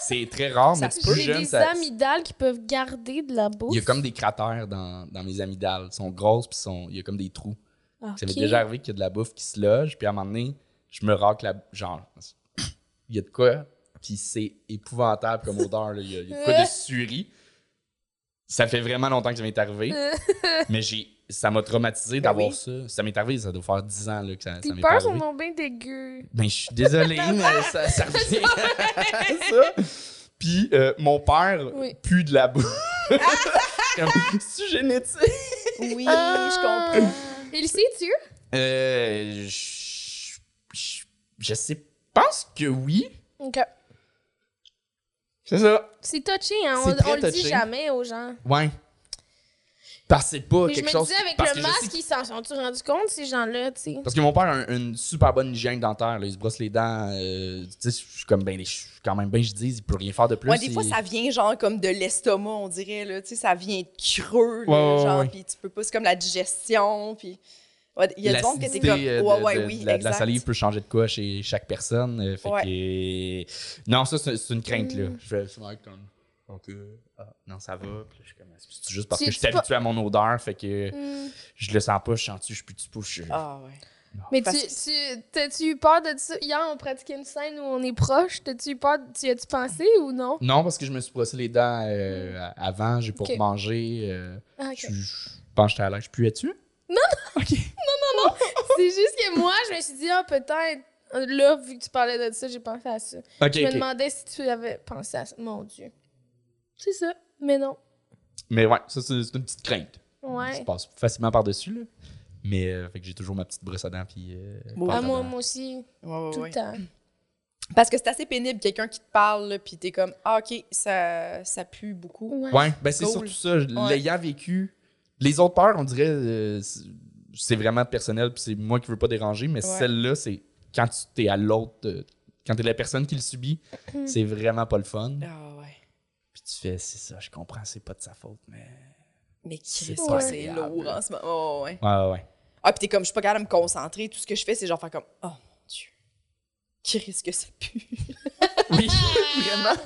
S4: C'est très rare,
S2: Ça
S4: mais
S2: se
S4: plus
S2: peut.
S3: J'ai
S4: jeune,
S3: des
S4: ça-
S3: amygdales qui peuvent garder de la bouffe.
S4: Il y a comme des cratères dans, dans mes amygdales. Elles sont grosses, puis sont- il y a comme des trous.
S3: Ok.
S4: Ça m'est déjà arrivé qu'il y a de la bouffe qui se loge, puis à un moment donné, je me racle la. Genre, il y a de quoi, puis c'est épouvantable comme odeur. là. Il y, a- il y a de quoi de surie. Ça fait vraiment longtemps que ça m'est arrivé, mais j'ai. Ça m'a traumatisé
S2: Ben
S4: d'avoir
S2: oui.
S4: ça. Ça m'est arrivé, ça doit faire 10 ans là, que ça, ça
S3: Tes
S4: m'est pas
S3: peurs sont
S4: arrivé.
S3: donc bien dégueu.
S4: Ben, je suis désolé, mais ça, ça revient à (laughs) ça. Puis, euh, mon père
S3: Oui.
S4: pue de la boue. (laughs) Comme, c'est génétique.
S2: Oui, je
S3: Ah.
S2: comprends.
S3: Il le sait-tu?
S4: Euh, je, je- je sais, pense que oui.
S3: Ok.
S4: C'est ça.
S3: C'est touché, hein?
S4: C'est
S3: On,
S4: très
S3: on le dit
S4: touché.
S3: jamais aux gens.
S4: Ouais. Parce que c'est pas
S3: Mais je
S4: quelque
S3: me
S4: chose.
S3: disais, avec
S4: parce
S3: le
S4: que je sais
S3: masque, ils s'en sont-tu rendus compte, ces gens-là, tu sais?
S4: Parce que mon père a un- une super bonne hygiène dentaire. là. Il se brosse les dents. euh, tu sais, je suis comme, ben, je suis quand même bien, je dis, il peut rien faire de plus.
S2: Ouais, des fois,
S4: et-
S2: ça vient genre comme de l'estomac, on dirait. Là, tu sais, ça vient creux, là,
S4: Ouais, ouais,
S2: genre,
S4: ouais.
S2: puis tu peux pas... C'est comme la digestion, puis... Ouais, Il y a du monde que t'es
S4: L'acidité,
S2: comme...
S4: euh, de-
S2: Ouais, ouais,
S4: de-
S2: oui,
S4: de la, de la
S2: exact.
S4: salive peut changer de quoi chez chaque personne. euh, fait
S2: Ouais. Mm.
S4: que- Non, ça, c'est c'est une crainte, là. Je fais souvent être comme... Donc, euh, ah, non, ça va. Puis là, je suis comme, c'est juste parce
S3: Tu-
S4: que je
S3: tu
S4: suis
S3: pas-
S4: habitué à mon odeur, fait que
S3: Hmm.
S4: je le sens pas, je sens dessus, je suis plus du pouf. je-
S2: Ah, ouais.
S3: Mais tu,
S2: Parce
S3: tu, t'as-tu eu peur de ça? Hier, on pratiquait une scène où on est proche. T'as-tu eu peur? Tu y as-tu pensé ou non?
S4: Non, parce que je me suis brossé les dents euh, à- avant, j'ai pas
S3: Mm. Ok.
S4: mangé. euh,
S3: Ah, ok.
S4: je, je pense que j'étais à l'aise. Je puais-tu?
S3: C'est juste que moi, je me suis dit, ah, peut-être. Là, vu que tu parlais de ça, j'ai pensé à ça.
S4: Ok,
S3: je me
S4: ok.
S3: demandais si tu avais pensé à ça. Mon Dieu. C'est ça. Mais non.
S4: Mais ouais, ça, c'est c'est une petite crainte. Ça
S3: Ouais.
S4: passe facilement par-dessus, là. Mais euh, fait que j'ai toujours ma petite brosse à dents, puis... euh,
S2: Moi-
S4: pâte
S3: Ah,
S4: à
S3: moi,
S4: dents.
S3: moi aussi,
S2: Ouais, ouais,
S3: tout
S2: ouais.
S3: le temps.
S2: Parce que c'est assez pénible, quelqu'un qui te parle, là, puis t'es comme, ah, OK, ça, ça pue beaucoup.
S3: Ouais.
S4: Ouais, ben c'est
S2: Cool.
S4: surtout ça. L'ayant vécu, les autres peurs, on dirait, euh, c'est- c'est vraiment personnel, puis c'est moi qui veux pas déranger, mais
S2: Ouais.
S4: celle-là, c'est quand tu t'es à l'autre, euh, quand t'es la personne qui le subit,
S3: Mm.
S4: c'est vraiment pas le fun.
S2: Ah, ouais.
S4: Puis tu fais, c'est ça, je comprends, c'est pas de sa faute, mais.
S2: Mais
S4: C'est
S2: Chris,
S4: pas
S2: ouais, c'est
S4: agréable.
S2: lourd en ce moment. Ouais, ouais.
S4: Ouais, ouais, ouais.
S2: Ah, puis t'es comme, je suis pas capable de me concentrer. Tout ce que je fais, c'est genre faire comme, oh mon Dieu, Chris, que ça pue.
S4: Oui, vraiment.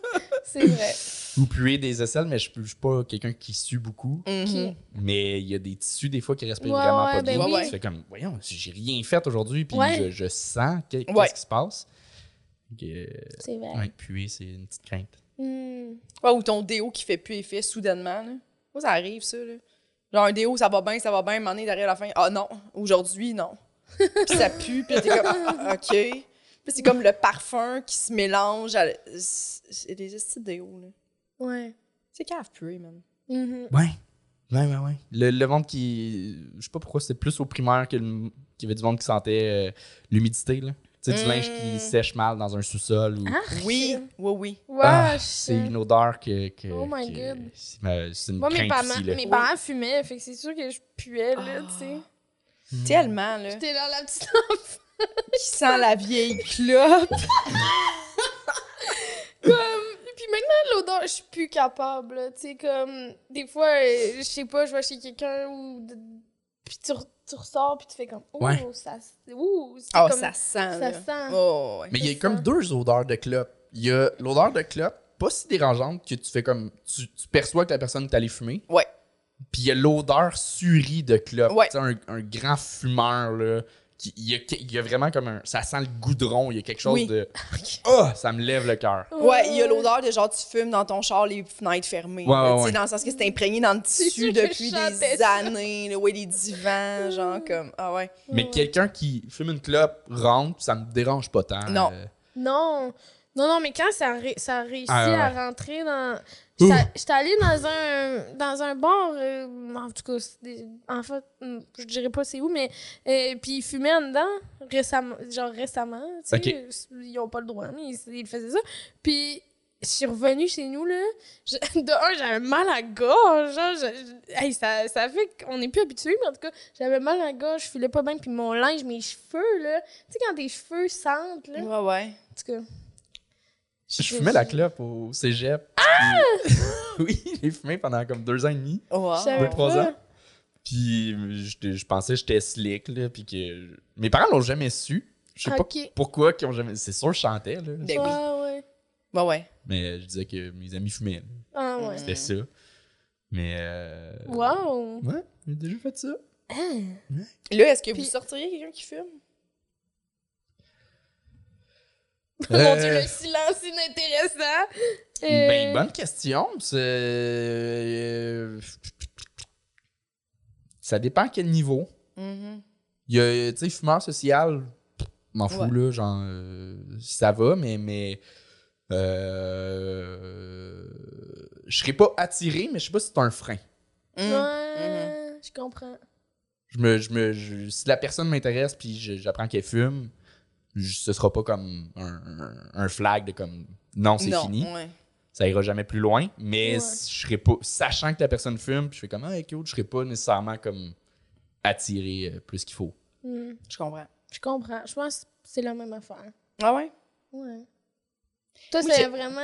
S3: (laughs) C'est
S4: (laughs)
S3: vrai.
S4: Ou puer des aisselles, mais je peux- je suis pas quelqu'un qui sue beaucoup.
S3: Mm-hmm.
S2: Mhm.
S4: Mais il y a des tissus, des fois, qui respirent
S3: Ouais,
S4: vraiment
S3: ouais,
S4: pas
S3: ben
S4: bien.
S2: oui.
S4: Tu fais comme, voyons, j'ai rien fait aujourd'hui, puis
S3: Ouais.
S4: je, je sens que- qu'est-ce
S2: Ouais.
S4: qui se passe. Que-
S3: C'est vrai.
S4: ouais, puer, c'est une petite crainte.
S3: Hmm.
S2: Ouais, ou ton déo qui fait plus effet soudainement. Là. Moi, ça arrive, ça. Là. Genre, un déo, ça va bien, ça va bien, m'en est derrière la fin. Ah non, aujourd'hui, non. (laughs) puis ça pue, puis t'es comme, ah, OK. Puis c'est comme le parfum qui se mélange à. C'est des estis de déo, là.
S3: Ouais.
S2: C'est cave puer, man.
S3: Mhm.
S4: Ouais. Ouais, ouais, ouais. Le, le monde qui. Je sais pas pourquoi c'était plus au primaire que le- qu'il y avait du monde qui sentait euh, l'humidité, là. Tu sais, du
S2: Mm.
S4: linge qui sèche mal dans un sous-sol. Ou...
S2: Oui, oui, oui.
S4: Ah,
S3: Wesh.
S4: c'est une odeur que. que-
S3: Oh my
S4: que-
S3: God.
S4: C'est ma- c'est une
S3: Moi, mes
S4: crainte
S3: parents,
S4: aussi, là.
S3: mes parents fumaient, fait que c'est sûr que je puais, là,
S2: Ah.
S3: tu sais.
S2: Hmm. Tellement, là.
S3: J'étais dans la petite
S2: Qui sent la vieille clope.
S3: Puis maintenant, l'odeur, je suis plus capable. là. Tu sais, comme, des fois, euh, je sais pas, je vais chez quelqu'un ou. de- Puis tu, re- tu ressors, puis tu fais comme. Ouh,
S4: Ouais.
S3: ça. s- Ouh, c'est
S2: Oh,
S3: comme-
S2: ça sent,
S3: ça
S2: là.
S3: sent.
S2: Oh, ouais.
S4: Mais il y a
S3: C'est
S4: comme
S3: ça.
S4: deux odeurs de clope. Il y a l'odeur de clope, pas si dérangeante que tu fais comme. Tu, tu perçois que la personne est allée fumer.
S2: Ouais.
S4: Puis il y a l'odeur surie de clope.
S2: Ouais.
S4: Tu sais, un, un grand fumeur, là. qui- Il y, a, que- il y a vraiment comme un. Ça sent le goudron, il y a quelque chose
S2: Oui.
S3: (laughs)
S4: de. Ah, ça me lève le cœur.
S2: Ouais, il y a l'odeur de genre tu fumes dans ton char les fenêtres fermées.
S4: Ouais,
S2: là,
S4: ouais,
S2: tu sais,
S4: ouais.
S2: Dans le sens que c'est imprégné dans le tissu
S3: sûr que je
S2: depuis
S3: chantais
S2: des
S3: ça. Mm.
S2: années. Là, ouais, les divans, genre comme. Ah ouais.
S4: Mais quelqu'un qui fume une clope rentre, ça me dérange pas tant.
S2: Non.
S4: Euh,
S3: Non. Non, non, mais quand ça, ré- ça a réussi
S4: Ah, ouais,
S3: à
S4: ouais.
S3: rentrer dans.
S4: Ouh.
S3: J'étais j'étais allée dans un, dans un bar, euh, en tout cas, c'est des- en fait, mm, je dirais pas c'est où, mais. euh, puis ils fumaient en dedans, récemment, genre récemment, tu sais.
S4: Ok.
S3: Ils ont pas le droit, mais ils, ils faisaient ça. Puis je suis revenue chez nous, là. Je- (laughs) de un, j'avais mal à la gorge. genre, je- je- hey, ça, ça fait qu'on n'est plus habitué, mais en tout cas, j'avais mal à la gorge, je filais pas bien, puis mon linge, mes cheveux, là. Tu sais, quand tes cheveux sentent, là.
S2: Ouais, ouais.
S3: En tout cas.
S4: Je fumais la clope au cégep. Ah! (laughs) oui, j'ai fumé pendant comme deux ans et demi.
S2: Oh, Wow.
S3: Je savais
S4: Deux, trois
S3: pas.
S4: ans. Puis j'étais- je pensais que j'étais slick, là, puis que... Mes parents l'ont jamais su. Je sais
S3: Ok.
S4: pas pourquoi qu'ils ont jamais... C'est sûr, je chantais, là.
S2: Ben oui.
S3: Ah ouais.
S2: Ouais, ouais.
S4: Mais je disais que mes amis fumaient. là.
S3: Ah ouais.
S4: C'était ça. Mais... euh,
S3: Wow.
S4: Ouais, j'ai déjà fait ça.
S2: Là, est-ce que
S3: Puis-
S2: vous sortiriez quelqu'un qui fume?
S3: Mon dieu,
S4: Euh,
S3: le silence inintéressant. Euh,
S4: Ben, bonne question. C'est... euh, Ça dépend à quel niveau.
S3: Mm-hmm.
S4: Il y a, tu sais, fumeur social, m'en fous,
S2: Ouais.
S4: là, genre, euh, ça va, mais, mais euh, je serais pas attiré, mais je sais pas si c'est un frein.
S2: Mhm.
S3: Ouais, je comprends.
S4: Je me, je me, je- si la personne m'intéresse, puis je- j'apprends qu'elle fume, je- ce sera pas comme un, un- un flag de comme, non, c'est
S2: Non,
S4: fini.
S2: ouais.
S4: ça ira jamais plus loin. Mais
S3: Ouais.
S4: je serais pas. Sachant que la personne fume, puis je fais comme Ah, cute, je serais pas nécessairement comme attiré euh, plus qu'il faut.
S3: Hmm,
S2: Je comprends.
S3: Je comprends. Je pense que c'est la même affaire.
S2: Ah ouais?
S3: Ouais. Toi,
S2: Oui,
S3: c'est
S2: j'ai-
S3: vraiment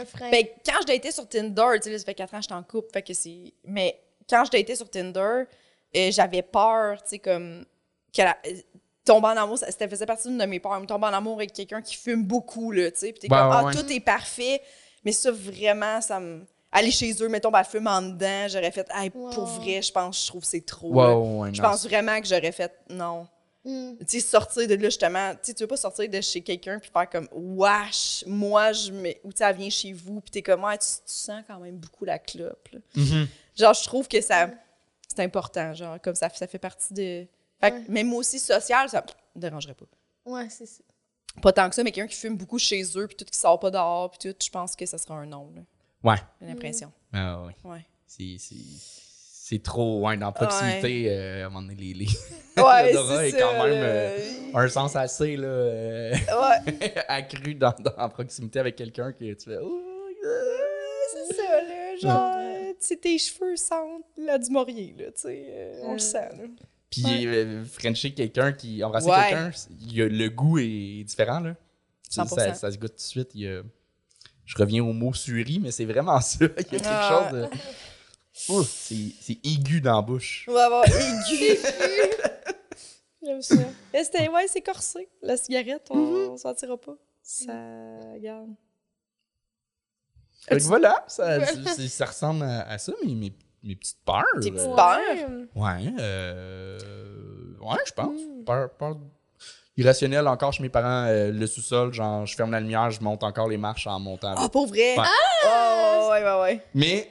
S3: un frein.
S2: Ben, quand je datais sur Tinder, tu sais, là, ça fait 4 ans que je suis en couple, fait que c'est... Mais quand je datais sur Tinder, euh, j'avais peur, tu sais, comme... Que la- euh, Tomber en amour, ça, ça faisait partie d'une de mes peurs. Tomber en amour avec quelqu'un qui fume beaucoup, là, tu sais. Puis t'es
S4: Ouais,
S2: comme,
S4: ouais,
S2: ah,
S4: ouais.
S2: tout est parfait. Mais ça, vraiment, ça me... Aller chez eux, mettons, ben, fume en dedans, j'aurais fait, hey,
S3: Wow.
S2: pour vrai, je pense, je trouve que c'est trop. là.
S4: Wow,
S2: je pense vraiment que j'aurais fait, non
S3: Hmm.
S2: tu sais, sortir de là, justement, tu sais, tu veux pas sortir de chez quelqu'un puis faire comme « wesh, moi, je me... » ou tu sais, elle vient chez vous puis t'es comme « ah, tu, tu sens quand même beaucoup la clope, là.
S4: Mm-hmm.
S2: Genre, je trouve que ça, c'est important, genre, comme ça, ça fait partie de... Fait que
S3: Ouais.
S2: même moi aussi, social, ça me dérangerait pas.
S3: Ouais, c'est ça.
S2: Pas tant que ça, mais quelqu'un qui fume beaucoup chez eux puis tout, qui sort pas dehors puis tout, je pense que ça sera un non, là.
S4: Ouais.
S3: Hmm.
S2: J'ai l'impression,
S4: Ah, ouais. (laughs)
S2: ouais.
S4: C'est- C'est c'est trop, ouais, dans proximité, euh, à un moment donné, les, (laughs) les-
S2: Ouais,
S4: l'odorat
S2: c'est
S4: est
S2: ça,
S4: quand même
S2: là.
S4: euh, un sens assez là, euh, (laughs)
S2: Ouais,
S4: accru dans, dans- en proximité avec quelqu'un que tu fais. oh, Ouh,
S2: c'est ça, là, genre, euh, tu sais, tes cheveux sentent la du Maurier, là, tu sais, euh, on
S3: Euh.
S2: le sent, là.
S4: Puis
S2: Ouais.
S4: euh, Frencher quelqu'un qui embrasser
S2: Ouais.
S4: quelqu'un, c'est- il y a- le goût est différent là. Ça,
S2: 100%.
S4: ça- ça se goûte tout de suite. il y a- je reviens au mot surie, mais c'est vraiment (laughs) ça. Il y a quelque
S2: Ah.
S4: chose de. Ouh, c'est c'est aigu dans la bouche.
S2: On va avoir aigu.
S3: J'aime ça.
S2: (laughs) Mais c'était- ouais, c'est corsé. La cigarette, on on sentira pas. Ça garde.
S4: Fait que voilà, ça,
S2: (laughs)
S4: c'est- ça ressemble à, à ça, mes, mes, mes petites peurs.
S2: Tes petites
S4: Euh,
S2: Peur.
S3: Ouais.
S4: Ouais, euh, ouais, je pense.
S2: Hmm.
S4: Peur, peur irrationnelle encore chez mes parents, euh, le sous-sol, genre je ferme la lumière, je monte encore les marches en montant.
S2: Ah, pour vrai?
S4: Ouais.
S2: Ah! ouais, ouais, ouais, ouais.
S4: Mais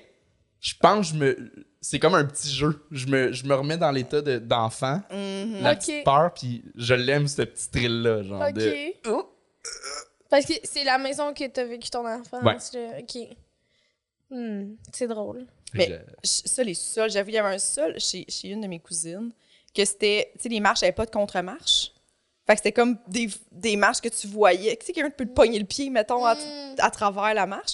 S4: je pense que je me c'est comme un petit jeu. Je me, je me remets dans l'état de- d'enfant,
S2: Mhm.
S4: la
S3: Ok.
S4: petite peur, puis je l'aime ce petit thrill là, genre
S3: Ok.
S4: de
S2: Mhm.
S3: Parce que c'est la maison que t'as vécu ton enfance. là. Ok. Hmm, C'est drôle.
S2: Mais-
S4: Je-
S2: Ch- Ça, les sous-sols, j'avoue, il y avait un sol chez, chez une de mes cousines que c'était, tu sais, les marches n'avaient pas de contre-marche. Fait que c'était comme des, des marches que tu voyais. Tu sais, quelqu'un peut te pogner le pied, mettons, à,
S3: Hmm.
S2: à travers la marche.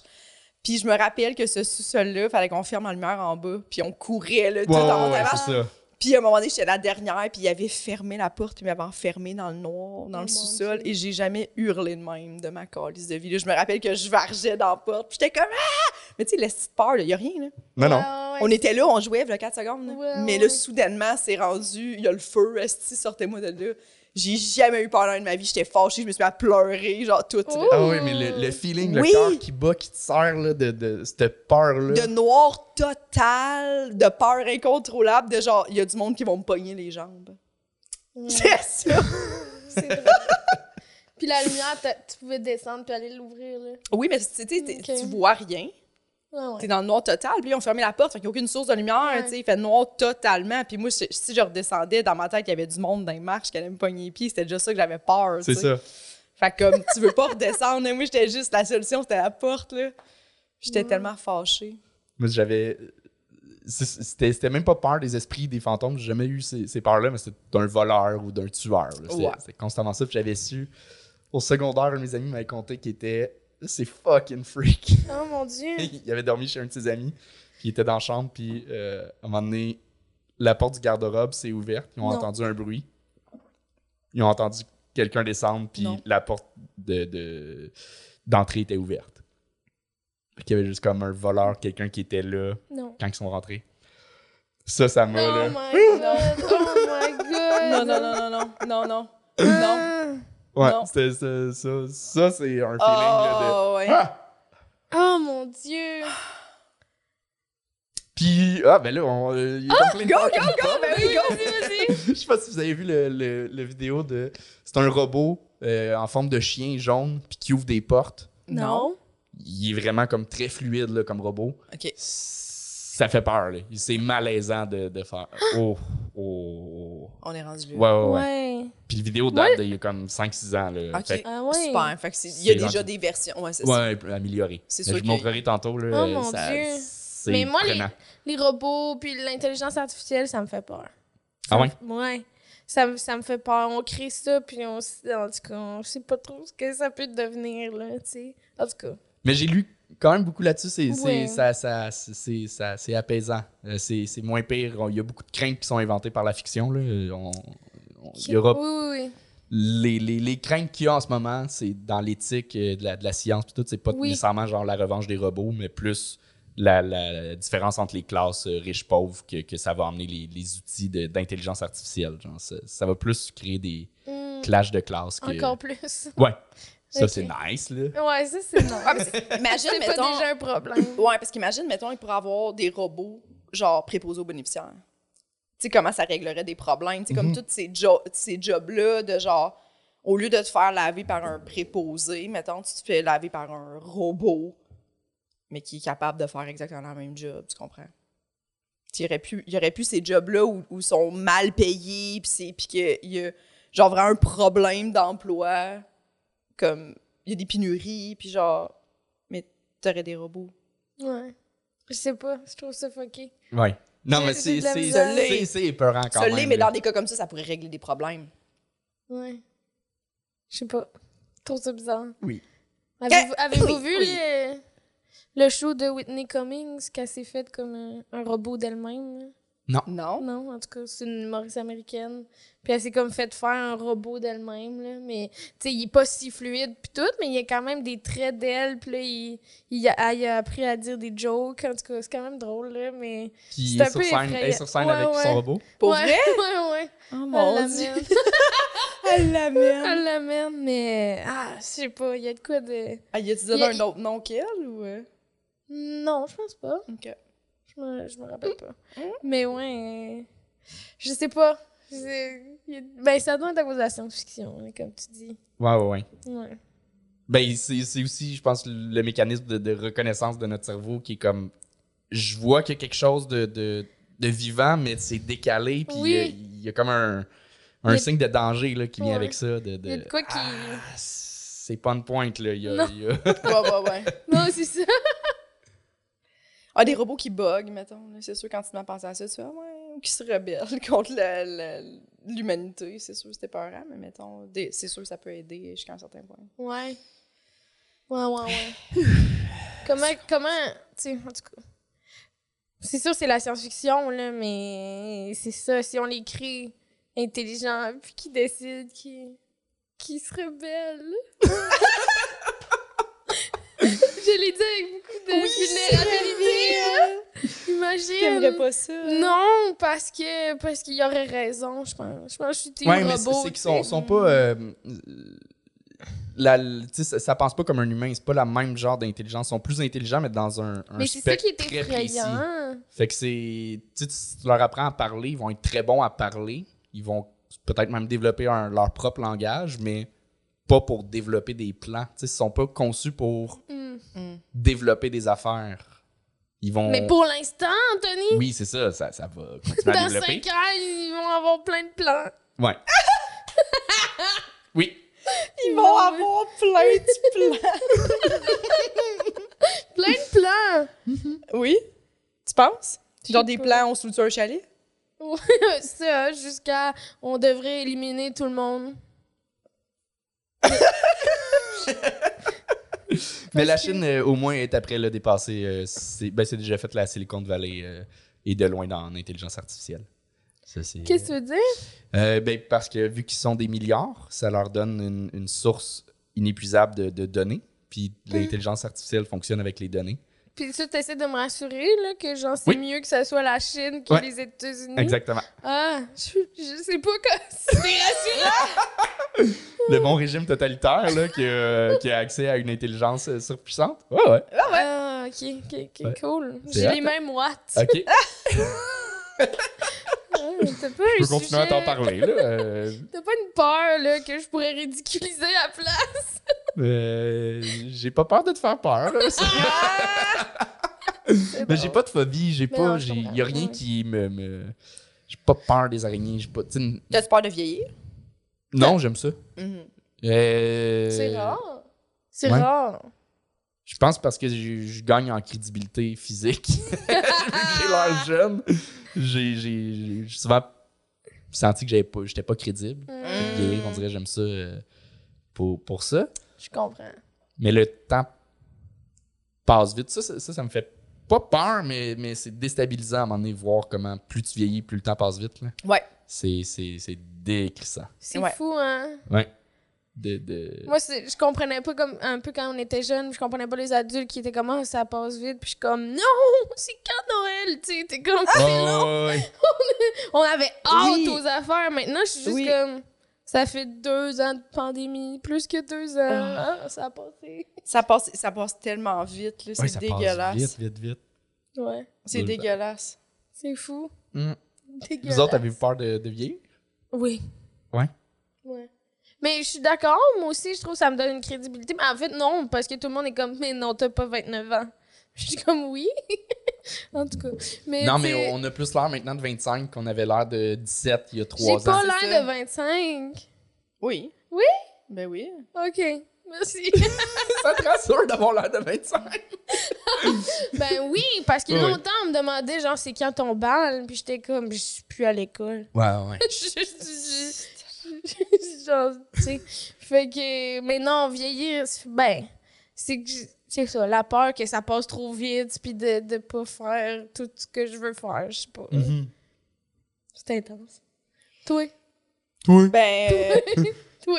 S2: Puis je me rappelle que ce sous-sol-là, fallait qu'on ferme la lumière en bas. Puis on courait, là, tout
S4: Ouais,
S2: en
S4: ouais, ouais,
S2: avant.
S4: c'est ça.
S2: Puis à un moment donné, j'étais la dernière, puis il avait fermé la porte, puis il m'avait enfermée dans le noir, dans
S3: Oh mon
S2: le sous-sol,
S3: Dieu.
S2: et j'ai jamais hurlé de même de ma calice de vie. là. Je me rappelle que je vargeais dans la porte, puis j'étais comme Ah! Mais tu sais, la petite peur, il n'y a rien. Là.
S4: Non, non.
S3: Ah, Ouais, ouais,
S2: On était là, on jouait, il 4 secondes. là.
S3: Ouais,
S2: Mais
S3: ouais.
S2: là, soudainement, c'est rendu, il y a le feu, esti, sortez-moi de là. J'ai jamais eu peur dans de ma vie, j'étais fâchée, je me suis mis à pleurer, genre tout. là.
S3: Ouh.
S4: Ah oui, mais le, le feeling, le
S2: Oui.
S4: cœur qui bat, qui te serre là, de, de cette peur là.
S2: De noir total, de peur incontrôlable, de genre, il y a du monde qui vont me pogner les jambes. (laughs)
S3: Ouais,
S2: C'est ça! (laughs)
S3: c'est drôle. Puis la lumière, t'as- tu pouvais descendre puis aller l'ouvrir. là.
S2: Oui, mais tu sais, t'es-
S3: Ok.
S2: tu vois rien.
S3: Ah ouais.
S2: T'es dans le noir total. Puis là, ils ont fermé la porte. Fait qu'il n'y a aucune source de lumière.
S3: Ouais.
S2: tu sais, il fait noir totalement. Puis moi, je- si je redescendais, dans ma tête, il y avait du monde dans les marches qui allait me pogner les pieds. C'était déjà ça que j'avais peur.
S4: C'est
S2: tu sais.
S4: ça.
S2: Fait que comme, tu veux pas redescendre. hein. Moi, j'étais juste, la solution, c'était la porte, là. J'étais
S3: Ouais.
S2: tellement fâchée.
S4: Moi, j'avais. c'est- C'était c'était même pas peur des esprits, des fantômes. J'ai jamais eu ces, ces peurs-là, mais c'était d'un voleur ou d'un tueur. là. C'était
S2: Ouais.
S4: c'était constamment ça. Puis j'avais su. Au secondaire, un de mes amis m'avait conté qu'il était. C'est fucking freak. (laughs)
S3: Oh mon dieu.
S4: il avait dormi chez un de ses amis. Puis il était dans la chambre. Puis euh, à un moment donné, la porte du garde-robe s'est ouverte. Ils ont
S3: Non.
S4: entendu un bruit. Ils ont entendu quelqu'un descendre. Puis
S2: Non.
S4: la porte de- de- d'entrée était ouverte. Il y avait juste comme un voleur, quelqu'un qui était là
S3: Non.
S4: quand ils sont rentrés. Ça, ça m'a
S3: Oh
S4: là.
S3: my god. Oh my god. Ah.
S2: Non, non, non, non, non. Non, non. Non.
S4: Ouais,
S2: non.
S4: c'était ça, ça, ça, c'est un feeling là, de.
S2: Oh, ouais.
S4: Ah!
S3: Oh mon dieu.
S4: Puis, ah, ben là, on, euh, il y a comme plein de
S2: Go,
S4: peurs
S2: go, go,
S4: comme-
S2: ben oui, go. (laughs)
S4: Je sais pas si vous avez vu le, le- le vidéo de. C'est un robot euh, en forme de chien jaune, puis qui ouvre des portes.
S3: Non.
S4: Il est vraiment comme très fluide là, comme robot.
S2: OK.
S4: Ça fait peur, là. C'est malaisant de, de faire. Oh, oh, oh.
S2: On est rendu là.
S4: Ouais, ouais, ouais.
S3: Ouais.
S4: Puis le vidéo date d'il y a comme 5-6 ans, là.
S2: OK.
S4: Fait
S3: Ah ouais.
S2: Super. Fait que c'est- il y a
S4: C'est
S2: déjà
S4: gentil.
S2: des versions. Ouais, c'est ça.
S4: Ouais, amélioré.
S2: C'est
S4: Mais
S2: sûr
S4: Je
S2: que-
S4: vous montrerai tantôt. Là,
S3: Oh, mon
S4: ça-
S3: Dieu.
S4: c'est
S3: Mais moi, les, Ah
S4: prenant.
S3: les robots puis l'intelligence artificielle, ça me fait peur.
S4: Ah ouais?
S3: Ouais. ça, me- ça me fait peur. On crée ça, puis on, s- en tout cas, on sait pas trop ce que ça peut devenir, là, tu sais. En tout cas.
S4: Mais j'ai lu quand même beaucoup là-dessus. C'est c'est-
S3: Ouais.
S4: ça, ça- c'est- c'est- ça- c'est apaisant. Euh, C'est c'est moins pire. On- Il y a beaucoup de craintes qui sont inventées par la fiction. là. Euh, on- on- il y aura
S3: Oui, oui, oui.
S4: les, les- les craintes qu'il y a en ce moment, c'est dans l'éthique euh, de la, de la science. puis tout, c'est pas
S3: Oui.
S4: nécessairement genre la revanche des robots, mais plus la, la différence entre les classes euh, riches-pauvres que, que ça va emmener les, les outils de- d'intelligence artificielle. Genre, ça, ça va plus créer des
S3: Hmm,
S4: clashs de classes. Que...
S3: Encore plus.
S4: Ouais. Ça,
S3: Ok.
S4: c'est nice, là.
S3: Ouais, ça,
S2: (laughs)
S3: c'est non.
S2: Ah, mais c'est- imagine,
S3: C'est pas
S2: mettons.
S3: déjà
S2: (laughs)
S3: un problème.
S2: Ouais, parce qu'imagine, mettons, il pourrait avoir des robots, genre, préposés aux bénéficiaires. Tu sais, comment ça réglerait des problèmes. Tu sais, comme tous ces, jo- ces jobs-là, de genre, au lieu de te faire laver par un préposé, mettons, tu te fais laver par un robot, mais qui est capable de faire exactement le même job, tu comprends? Tu sais, Il y aurait plus, il y aurait plus ces jobs-là où, où ils sont mal payés, puis c'est- puis qu'il y a, genre, vraiment un problème d'emploi, comme, il y a des pénuries, puis genre, mais t'aurais des robots.
S3: Ouais. Je sais pas, je trouve ça fucké.
S4: Ouais. Non,
S3: J'ai-
S4: mais
S3: j'ai
S4: c'est
S3: de la
S4: c'est-
S3: misère.
S4: c'est- c'est épeurant quand
S2: Ça
S4: même.
S2: l'est, mais
S4: là.
S2: dans des cas comme ça, ça pourrait régler des problèmes.
S3: Ouais. Je sais pas. Je trouve ça bizarre.
S4: Oui.
S3: Avez-vous
S2: Eh,
S3: avez-vous
S2: oui,
S3: vu
S2: oui.
S3: le, le show de Whitney Cummings qu'elle s'est faite comme un, un robot d'elle-même? là?
S2: Non?
S3: Non, en tout cas, c'est une humoriste américaine. Puis elle s'est comme fait faire un robot d'elle-même, là. Mais, tu sais, il est pas si fluide puis tout, mais il y a quand même des traits d'elle. Puis là, il, il a, elle a appris à dire des jokes. En tout cas, c'est quand même drôle, là, mais...
S4: Puis
S3: C'est
S4: il est
S3: un
S4: sur
S3: peu
S4: scène,
S3: effrayant.
S4: elle est sur scène
S3: Ouais,
S4: avec
S3: ouais.
S4: son robot.
S2: Pour
S3: ouais,
S2: vrai?
S3: (laughs) Ouais, ouais.
S2: Oh
S3: Elle l'amène.
S2: (laughs) Elle
S4: Ah
S2: l'amène!
S3: Elle l'amène, Ah, mais... Ah, je sais pas, il y a de quoi de...
S2: Ah, y a-tu donné
S3: Il y a-
S2: un autre nom qu'elle ou. euh?
S3: Non, je pense pas.
S2: Ok.
S3: Je me, je me rappelle pas.
S4: Mm.
S3: Mais ouais... euh, Je sais pas. C'est- il y a- Ben, ça doit être à cause de la science-fiction, hein, comme tu dis.
S4: Ouais, ouais, ouais.
S3: Ouais.
S4: Ben, c'est c'est aussi, je pense, le mécanisme de, de reconnaissance de notre cerveau qui est comme. Je vois qu'il y a quelque chose de, de, de vivant, mais c'est décalé, puis
S3: Oui.
S4: euh, il y a comme un,
S3: Il
S4: un
S3: y a-
S4: signe de danger là, qui vient
S3: Ouais.
S4: avec ça. De, de-
S3: Il y a de quoi qui-
S4: Ah, c'est pas une pointe, là. Il y a-
S3: Non. (laughs)
S4: il y a-
S2: Ouais, ouais, ouais.
S3: Non, c'est ça.
S2: Ah, des robots qui bug, mettons. là, C'est sûr, quand tu m'as pensé à ça, tu fais, ah ouais, ou qui se rebellent (laughs) contre la- la- l'humanité. C'est sûr, c'était peurant, mais mettons, des- c'est sûr, ça peut aider jusqu'à un certain point.
S3: Ouais. Ouais, ouais, ouais.
S2: (sighs)
S3: comment, comment, tu sais, en tout cas. C'est sûr, c'est la science-fiction, là, mais c'est ça. Si on les crée intelligents, puis qui décide qui, qui se
S2: (laughs)
S3: rebelle. Je l'ai dit avec beaucoup de vulnérabilité. Imagine.
S2: T'aimerais pas ça?
S3: Non, parce que parce qu'il y aurait raison, je pense. Je pense que je suis team
S4: Ouais, mais c'est-
S3: robot.
S4: c'est qu'ils
S3: tu
S4: sont,
S3: sais.
S4: sont pas. euh, la- tu sais, ça, ça pense pas comme un humain, c'est pas la même genre d'intelligence. Ils sont plus intelligents, mais dans un, un
S3: Mais c'est ça
S4: spectre
S3: qui est
S4: très précis.
S3: effrayant.
S4: Fait que c'est. Tu sais, tu- tu leur apprends à parler, ils vont être très bons à parler. Ils vont peut-être même développer un- leur propre langage, mais pas pour développer des plans. Tu sais, ils sont pas conçus pour
S3: Hmm.
S4: développer des affaires. Ils vont.
S3: Mais pour l'instant, Anthony,
S4: Oui, c'est ça, ça, ça va continuer à
S3: dans
S4: développer.
S3: 5 ans, ils vont avoir plein de plans.
S4: Ouais.
S3: (laughs)
S4: oui.
S2: Ils vont avoir plein de plans. (laughs)
S3: Plein de plans! (laughs)
S2: Oui? Tu penses? Genre des
S3: pas.
S2: plans, on se loue un chalet?
S3: ça, jusqu'à on devrait éliminer tout le monde.
S4: Mais la
S3: Parce que-
S4: Chine, euh, au moins, est après le dépassé. euh, c'est ben, c'est déjà fait la Silicon Valley euh, et de loin dans l'intelligence artificielle. Ça, c'est-
S3: Qu'est-ce que tu veux dire?
S4: Euh, ben, parce que vu qu'ils sont des milliards, ça leur donne une, une source inépuisable de, de données. Puis
S3: Hmm.
S4: l'intelligence artificielle fonctionne avec les données.
S3: Puis ça, t'essaies de me rassurer, là, que j'en sais
S4: Oui.
S3: mieux que ça soit la Chine que
S4: Ouais.
S3: les États-Unis.
S4: Exactement.
S3: Ah, je, je sais pas quoi. C'est rassurant!
S4: Le bon régime totalitaire là, qui, a, euh, qui a accès à une intelligence euh, surpuissante. Ouais, ouais.
S3: Ah, ok, ok, ok,
S4: Ouais.
S3: cool.
S4: C'est
S3: J'ai
S4: hot,
S3: les mêmes watts.
S4: OK.
S3: Ah, T'as pas
S4: Je
S3: un
S4: peux continuer à t'en
S3: sujet-
S4: parler. Là. Euh,
S3: T'as pas une peur, là, que je pourrais ridiculiser à plat?
S4: euh, j'ai pas peur de te faire peur. là. Mais j'ai pas de phobie. J'ai
S3: Ah! Mais
S4: pas.
S3: non, je
S4: j'ai-
S3: comprends.
S4: Y a rien
S3: Ouais.
S4: qui me. me- J'ai pas peur des araignées. J'ai pas. tu sais, une-
S2: T'as-tu peur de vieillir?
S4: Non, j'aime ça.
S2: Mhm.
S4: Euh,
S3: C'est rare. C'est
S4: ouais.
S3: rare.
S4: Je pense parce que je, je gagne en crédibilité (laughs) physique. Vu que j'ai l'air jeune, j'ai j'ai- j'ai souvent senti que j'avais pas- j'étais pas crédible.
S3: Hmm,
S4: Puis de vieillir, on dirait j'aime ça euh, pour, pour ça.
S3: Je comprends.
S4: Mais le temps passe vite. Ça, ça, ça, ça me fait pas peur, mais, mais c'est déstabilisant à un moment donné, voir comment plus tu vieillis, plus le temps passe vite. là.
S2: Ouais.
S4: C'est, c'est, c'est décrissant.
S3: C'est
S2: Ouais.
S3: fou, hein?
S4: Ouais. De, de-
S3: Moi, c'est- je comprenais pas comme un peu quand on était jeune, je comprenais pas les adultes qui étaient comme Ah, ça passe vite, puis je suis comme non, (laughs) c'est quand Noël, tu sais, t'es comme
S4: Ouais, ouais, ouais.
S3: (laughs) on avait hâte
S2: Oui.
S3: aux affaires, maintenant je suis juste
S2: Oui.
S3: comme ça fait deux ans de pandémie, plus que deux ans, Ah, ça a passé.
S2: Ça passe, ça passe tellement vite, là. C'est
S4: Ouais, ça passe
S2: dégueulasse.
S4: Vite, vite, vite.
S3: Ouais,
S2: C'est
S4: Deux ans.
S2: dégueulasse.
S3: c'est fou.
S4: Mm.
S3: Dégueulasse.
S4: Vous autres, avez-vous peur de, de vieillir?
S3: Oui.
S4: Ouais.
S3: Ouais. Mais je suis d'accord, moi aussi, je trouve que ça me donne une crédibilité. Mais en fait, non, parce que tout le monde est comme, mais non, t'as pas 29 ans. (laughs) Je suis comme, oui. (laughs) en tout cas. Mais
S4: non,
S3: tu
S4: mais
S3: sais,
S4: on a plus l'air maintenant de 25 qu'on avait l'air de 17 il y a 3 ans.
S3: J'ai pas
S2: c'est
S3: l'air
S2: ça.
S3: de 25.
S2: Oui.
S3: Oui?
S2: Ben oui.
S3: OK. (laughs) Merci.
S4: (laughs) ça te rassure d'avoir l'air de 25.
S3: ben oui, parce que
S4: Oui, oui.
S3: longtemps, on me demandait, genre, c'est quand ton bal? Puis j'étais comme, je suis plus à l'école.
S4: Ouais, (laughs) ouais.
S3: (laughs) Je- je- je- je- genre, tu sais. Fait que maintenant, vieillir, c'est- ben, c'est que, j- c'est ça, la peur que ça passe trop vite, puis de ne pas faire tout ce que je veux faire, je sais pas.
S4: Mhm.
S3: C'est intense. Toi,
S2: Ben, euh, (laughs)
S3: toi.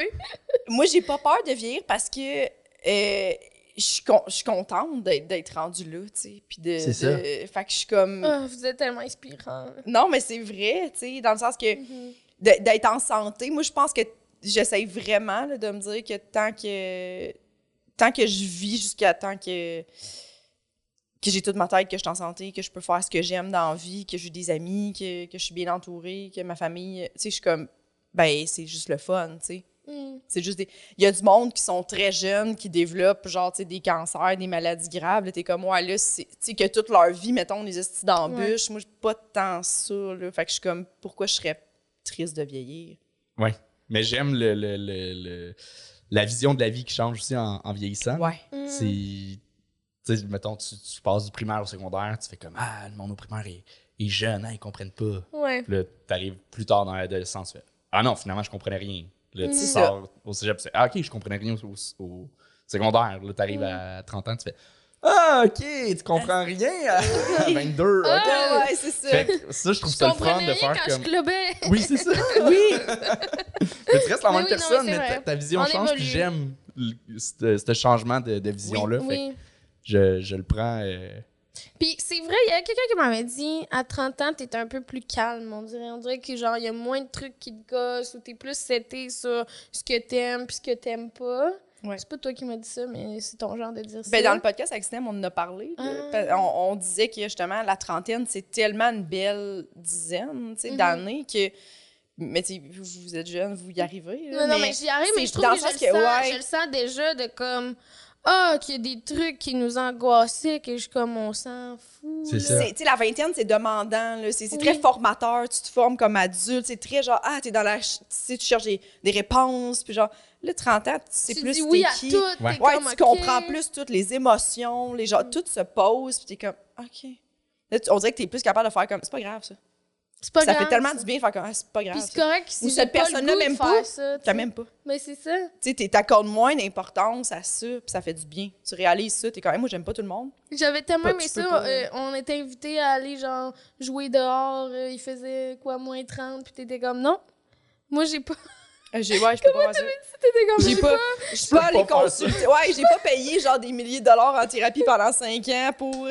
S2: moi, j'ai pas peur de vieillir parce que euh, je suis con- je suis contente d'être d'être rendue là, tu sais. Puis de.
S6: C'est ça.
S2: de- Fait que je suis comme.
S3: Ah, vous êtes tellement inspirant.
S2: Non, mais c'est vrai, tu sais, dans le sens que de- d'être en santé, moi, je pense que j'essaye vraiment là, de me dire que tant que tant que je vis jusqu'à tant que que j'ai toute ma tête, que je suis en santé, que je peux faire ce que j'aime dans la vie, que j'ai des amis, que, que je suis bien entourée, que ma famille, tu sais, je suis comme, ben, c'est juste le fun, tu sais.
S3: Mhm.
S2: C'est juste des. Il y a du monde qui sont très jeunes, qui développent, genre, tu sais, des cancers, des maladies graves. là, T'es comme, ouais, là, c'est- tu sais, que toute leur vie, mettons, les estis d'embûches. Moi, j'ai pas tant ça, là. Fait que je suis comme, pourquoi je serais triste de vieillir?
S4: Mais j'aime le, le- le- le- la vision de la vie qui change aussi en, en vieillissant.
S2: Ouais.
S3: Mhm.
S4: C'est. Tu
S3: Mm.
S4: sais, mettons, tu, tu passes du primaire au secondaire, tu fais comme Ah, le monde au primaire est, est jeune, hein, ils comprennent pas.
S3: Ouais.
S4: Puis là, t'arrives plus tard dans l'adolescence, tu fais Ah non, finalement, je comprenais rien. Là, tu
S2: C'est
S4: sors au cégep, tu fais Ah, ok, je comprenais rien au, au- au secondaire. Là, t'arrives
S3: Mm.
S4: à 30 ans, tu fais Ah, ok, tu comprends
S3: (laughs)
S4: rien à 22. ok.
S3: Ah,
S2: ouais, c'est ça.
S4: Fait que ça, je trouve
S3: Je
S4: ça le fun
S3: comprenais
S4: de
S3: rien
S4: faire
S3: quand
S4: comme.
S3: je clubais.
S4: Oui,
S3: (laughs)
S4: c'est ça. oui. mais tu restes la
S3: Mais
S4: même
S3: oui, non,
S4: personne,
S3: mais c'est
S4: mais ta,
S3: vrai.
S4: ta vision
S3: On
S4: change. Puis
S3: évolue.
S4: j'aime le- ce ce changement de, de vision-là. Fait
S3: Oui.
S4: que je, je le prends. euh,
S3: Puis c'est vrai, il y a quelqu'un qui m'avait dit à 30 ans, t'es un peu plus calme, on dirait. On dirait que genre, il y a moins de trucs qui te gossent ou t'es plus seté sur ce que t'aimes puis ce que t'aimes pas.
S2: Ouais.
S3: C'est pas toi qui m'as dit ça, mais c'est ton genre de dire ça.
S2: Ben, dans le podcast avec Sinem, on en a parlé. là.
S3: Ah.
S2: Pa- On, on disait que justement, la trentaine, c'est tellement une belle dizaine tu sais,
S3: Mhm.
S2: d'années que. Mais tu sais, vous, vous êtes jeune, vous y arrivez. là,
S3: Non, non, mais j'y arrive, mais
S2: c'est
S3: je trouve
S2: dans
S3: que
S2: le
S3: je
S2: sens
S3: le,
S2: que,
S3: sens,
S2: ouais.
S3: je le sens déjà de comme. Ah, qu'il y a des trucs qui nous angoissaient, que je suis comme, on s'en fout.
S4: C'est
S3: là.
S4: ça.
S2: C'est- tu sais, la vingtaine, c'est demandant. là. C'est c'est
S3: Oui.
S2: très formateur. Tu te formes comme adulte. C'est très genre, ah, t'es dans la. ch- Tu sais, tu cherches des, des réponses. Puis genre, le 30 ans, tu sais
S3: Tu
S2: plus.
S3: dis
S2: t'es
S3: oui à
S2: qui.
S3: tout. t'es
S4: Ouais.
S2: Ouais,
S3: comme,
S2: tu
S3: OK. Mm.
S2: comprends plus toutes les émotions. Les gens, tout se pose. Puis t'es comme, OK. Là, tu- on dirait que t'es plus capable de faire comme, c'est pas grave ça.
S3: C'est pas
S2: ça
S3: grave,
S2: fait tellement
S3: ça.
S2: du bien de faire comme, Ah, c'est pas grave.
S3: Puis c'est
S2: ça.
S3: correct si
S2: Ou
S3: j'ai
S2: cette
S3: pas le
S2: personne-là
S3: goût de
S2: m'aime
S3: faire
S2: pas,
S3: ça, tu
S2: T'as
S3: sais.
S2: même pas.
S3: Mais c'est ça.
S2: Tu sais, t'es- t'accordes moins d'importance à ça. Puis ça fait du bien. Tu réalises ça. T'es quand même, moi, j'aime pas tout le monde.
S3: J'avais tellement
S2: Pas- tu
S3: aimé
S2: peux
S3: ça.
S2: pas-
S3: euh, on était invités à aller genre jouer dehors. euh, il faisait quoi, moins 30, puis t'étais comme non. Moi, j'ai pas. (laughs)
S2: Euh, j'ai- ouais, je peux pas faire ça.
S3: T'étais comme
S2: J'ai pas, je peux pas
S4: pas
S2: les
S4: faire
S2: consulter. Ouais, j'ai pas payé genre des milliers de dollars en thérapie pendant cinq ans pour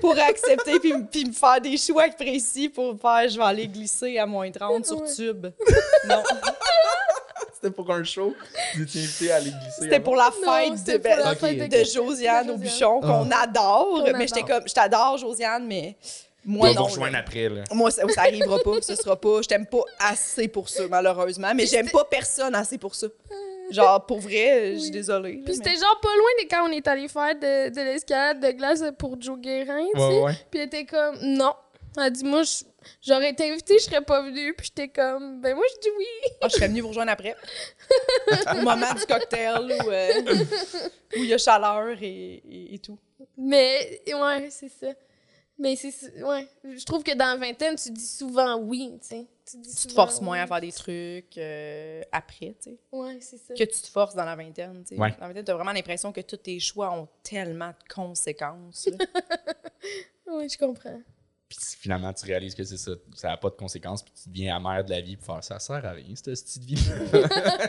S2: pour accepter puis, me- puis me faire des choix précis pour faire je vais aller glisser à moins 30 sur
S3: Ouais.
S2: tube. Non,
S4: C'était pour un show. Vous étiez invité à aller glisser.
S2: c'était
S4: avant.
S2: pour la
S3: Non,
S2: fête de,
S3: c'était pour la
S4: Ok.
S3: fête
S2: de
S3: de
S2: Josiane
S3: de
S2: au
S3: Josiane.
S2: bûchon qu'on adore,
S3: Qu'on
S2: mais j'étais
S3: adore.
S2: comme je t'adore Josiane mais
S4: On
S2: moi
S4: va
S2: non.
S4: vous
S2: là.
S4: rejoindre après. Là.
S2: Moi, ça, ça arrivera pas, ce sera pas. Je t'aime pas assez pour ça, malheureusement. Mais j'aime pas personne assez pour ça. Genre, pour vrai, je suis
S3: Euh, Oui.
S2: désolée. là,
S3: Puis
S2: mais-
S3: c'était genre pas loin de quand on est allé faire de, de l'escalade de glace pour Joe Guérin, tu sais.
S4: Ouais, ouais.
S3: Puis elle était comme non. Elle dit moi je- j'aurais été invitée, je serais pas venue. Puis j'étais comme ben moi je dis oui.
S2: Ah, je serais venue vous rejoindre (laughs) après. Au moment du cocktail où euh, où il y a chaleur et, et- et tout.
S3: Mais ouais, c'est ça. Mais c'est. Ouais. Je trouve que dans la vingtaine, tu dis souvent oui, tu sais. Tu, dis
S7: Tu te
S3: souvent
S7: forces
S3: oui.
S7: moins à faire des trucs euh, après, tu sais.
S3: Ouais, c'est ça.
S7: Que tu te forces dans la vingtaine, tu sais.
S4: Ouais.
S7: Dans la vingtaine, t'as vraiment l'impression que tous tes choix ont tellement de conséquences.
S2: (laughs)
S7: là.
S3: Ouais, je comprends.
S4: Puis si finalement, tu réalises que c'est ça, ça n'a pas de conséquences, puis tu deviens amer de la vie, puis faire ça sert à rien, cette petite vie.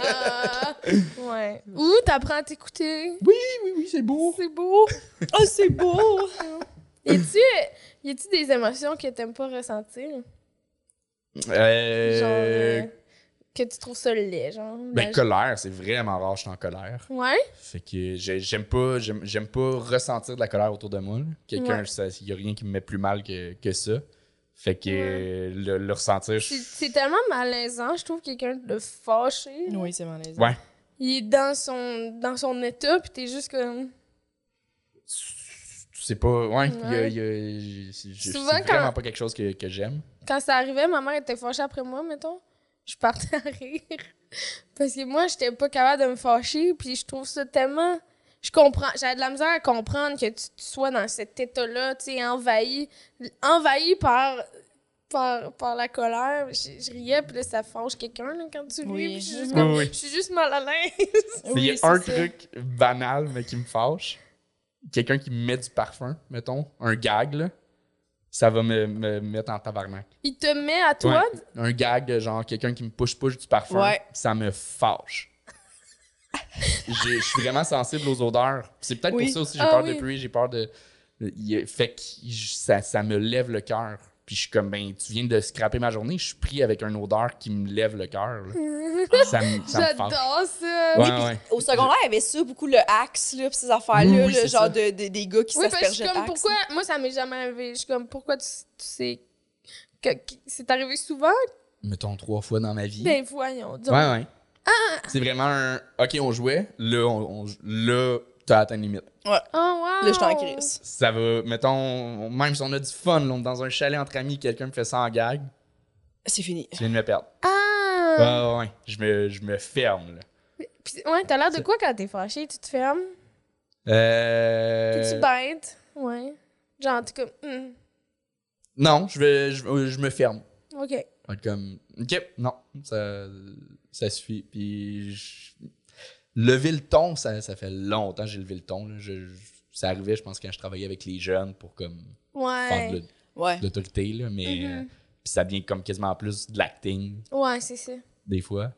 S3: Ah, ouais. Ou t'apprends à t'écouter.
S4: oui, oui, c'est beau.
S3: C'est beau.
S2: Ah, c'est beau!
S3: Y a-tu- y a-tu des émotions que t'aimes pas ressentir?
S4: Euh,
S3: Genre. euh, que tu trouves ça laid, genre.
S4: ben,
S3: la-
S4: colère, c'est vraiment rare, je suis en colère.
S3: Ouais?
S4: Fait que j'ai- j'aime pas, j'aime j'aime pas ressentir de la colère autour de moi. là. Quelqu'un,
S3: Ouais.
S4: il y a rien qui me met plus mal que, que ça. Fait que euh, le, le ressentir, je-
S3: C'est- C'est tellement malaisant, je trouve, quelqu'un de fâché.
S7: oui, c'est malaisant.
S4: Ouais.
S3: Il est dans son, dans son état, puis t'es juste comme.
S4: tu sais pas, ouais, il y a-
S3: Ouais.
S4: il y a- j'ai- j'ai- c'est
S3: Souvent, quand-
S4: vraiment pas quelque chose que, que j'aime.
S3: Quand ça arrivait, ma mère était fâchée après moi, mettons. Je partais (laughs) à rire. Parce que moi, j'étais pas capable de me fâcher, puis je trouve ça tellement. Je comprends. J'avais de la misère à comprendre que tu, tu sois dans cet état-là, tu sais, envahi. Envahi par. Par, par la colère, je, je riais, puis là, ça fâche quelqu'un là, quand tu ris.
S7: Oui.
S3: puis Je suis juste comme-
S4: Oui, oui.
S3: je suis juste mal à l'aise. (laughs)
S4: Il y a un truc banal, mais qui me fâche. Quelqu'un qui me met du parfum, mettons, un gag, là, ça va me, me mettre en tabarnak.
S3: Il te met à toi.
S4: Ouais, Un gag, genre quelqu'un qui me push-push du parfum,
S7: Ouais.
S4: ça me fâche. J'ai- Je suis vraiment sensible aux odeurs. C'est peut-être
S7: Oui.
S4: pour ça aussi, j'ai
S3: Ah
S4: peur
S3: oui.
S4: de pluie, j'ai peur de. il y a- Fait que je- ça, ça me lève le cœur. Puis je suis comme, ben, tu viens de scraper ma journée, je suis pris avec une odeur qui me lève
S3: (laughs)
S4: le cœur. là. ça me, ça me fâche.
S3: J'adore ça.
S4: Ouais, ouais.
S2: Au secondaire, il y avait ça, beaucoup le axe, là, pis ces affaires-là,
S4: Oui, oui,
S2: là,
S4: c'est
S2: genre
S4: ça.
S2: de, de- des gars qui
S3: Oui, parce que je
S2: s'aspergeaient
S3: suis comme,
S2: d'axe.
S3: pourquoi... Moi, ça m'est jamais arrivé. Je suis comme, pourquoi tu, tu sais... que- que- C'est arrivé souvent?
S4: Mettons trois fois dans ma vie.
S3: Ben Ah! voyons donc.
S4: Ouais, ouais. C'est vraiment un. Ok, on jouait. Là, on, on- là t'as atteint la limite.
S3: Oh, wow!
S2: Là, je t'en crisse.
S4: Ça va. Mettons, même si on a du fun, là, on est dans un chalet entre amis, quelqu'un me fait ça en gag,
S2: C'est fini.
S4: tu viens de me perdre. Ouais,
S3: Ah!
S4: ouais, ouais. Je me, je me ferme, là.
S3: Puis, ouais, t'as l'air de quoi quand t'es fâché? Tu te fermes?
S4: Euh,
S3: T'es-tu bête? Ouais. Genre, t'es comme... hum,
S4: Non, je, vais, je, je me ferme.
S3: OK.
S4: On va être comme. Ok, non, ça, ça suffit. Puis. je- Lever le ton, ça, ça fait longtemps que j'ai levé le ton. là. Je- je- ça arrivait, je pense, quand je travaillais avec les jeunes pour comme. prendre
S3: Ouais.
S4: le-
S2: Ouais.
S4: d'autorité, là, mais
S3: Mhm.
S4: euh, puis ça vient comme quasiment plus de l'acting,
S3: Ouais, c'est (laughs) ça.
S4: des fois.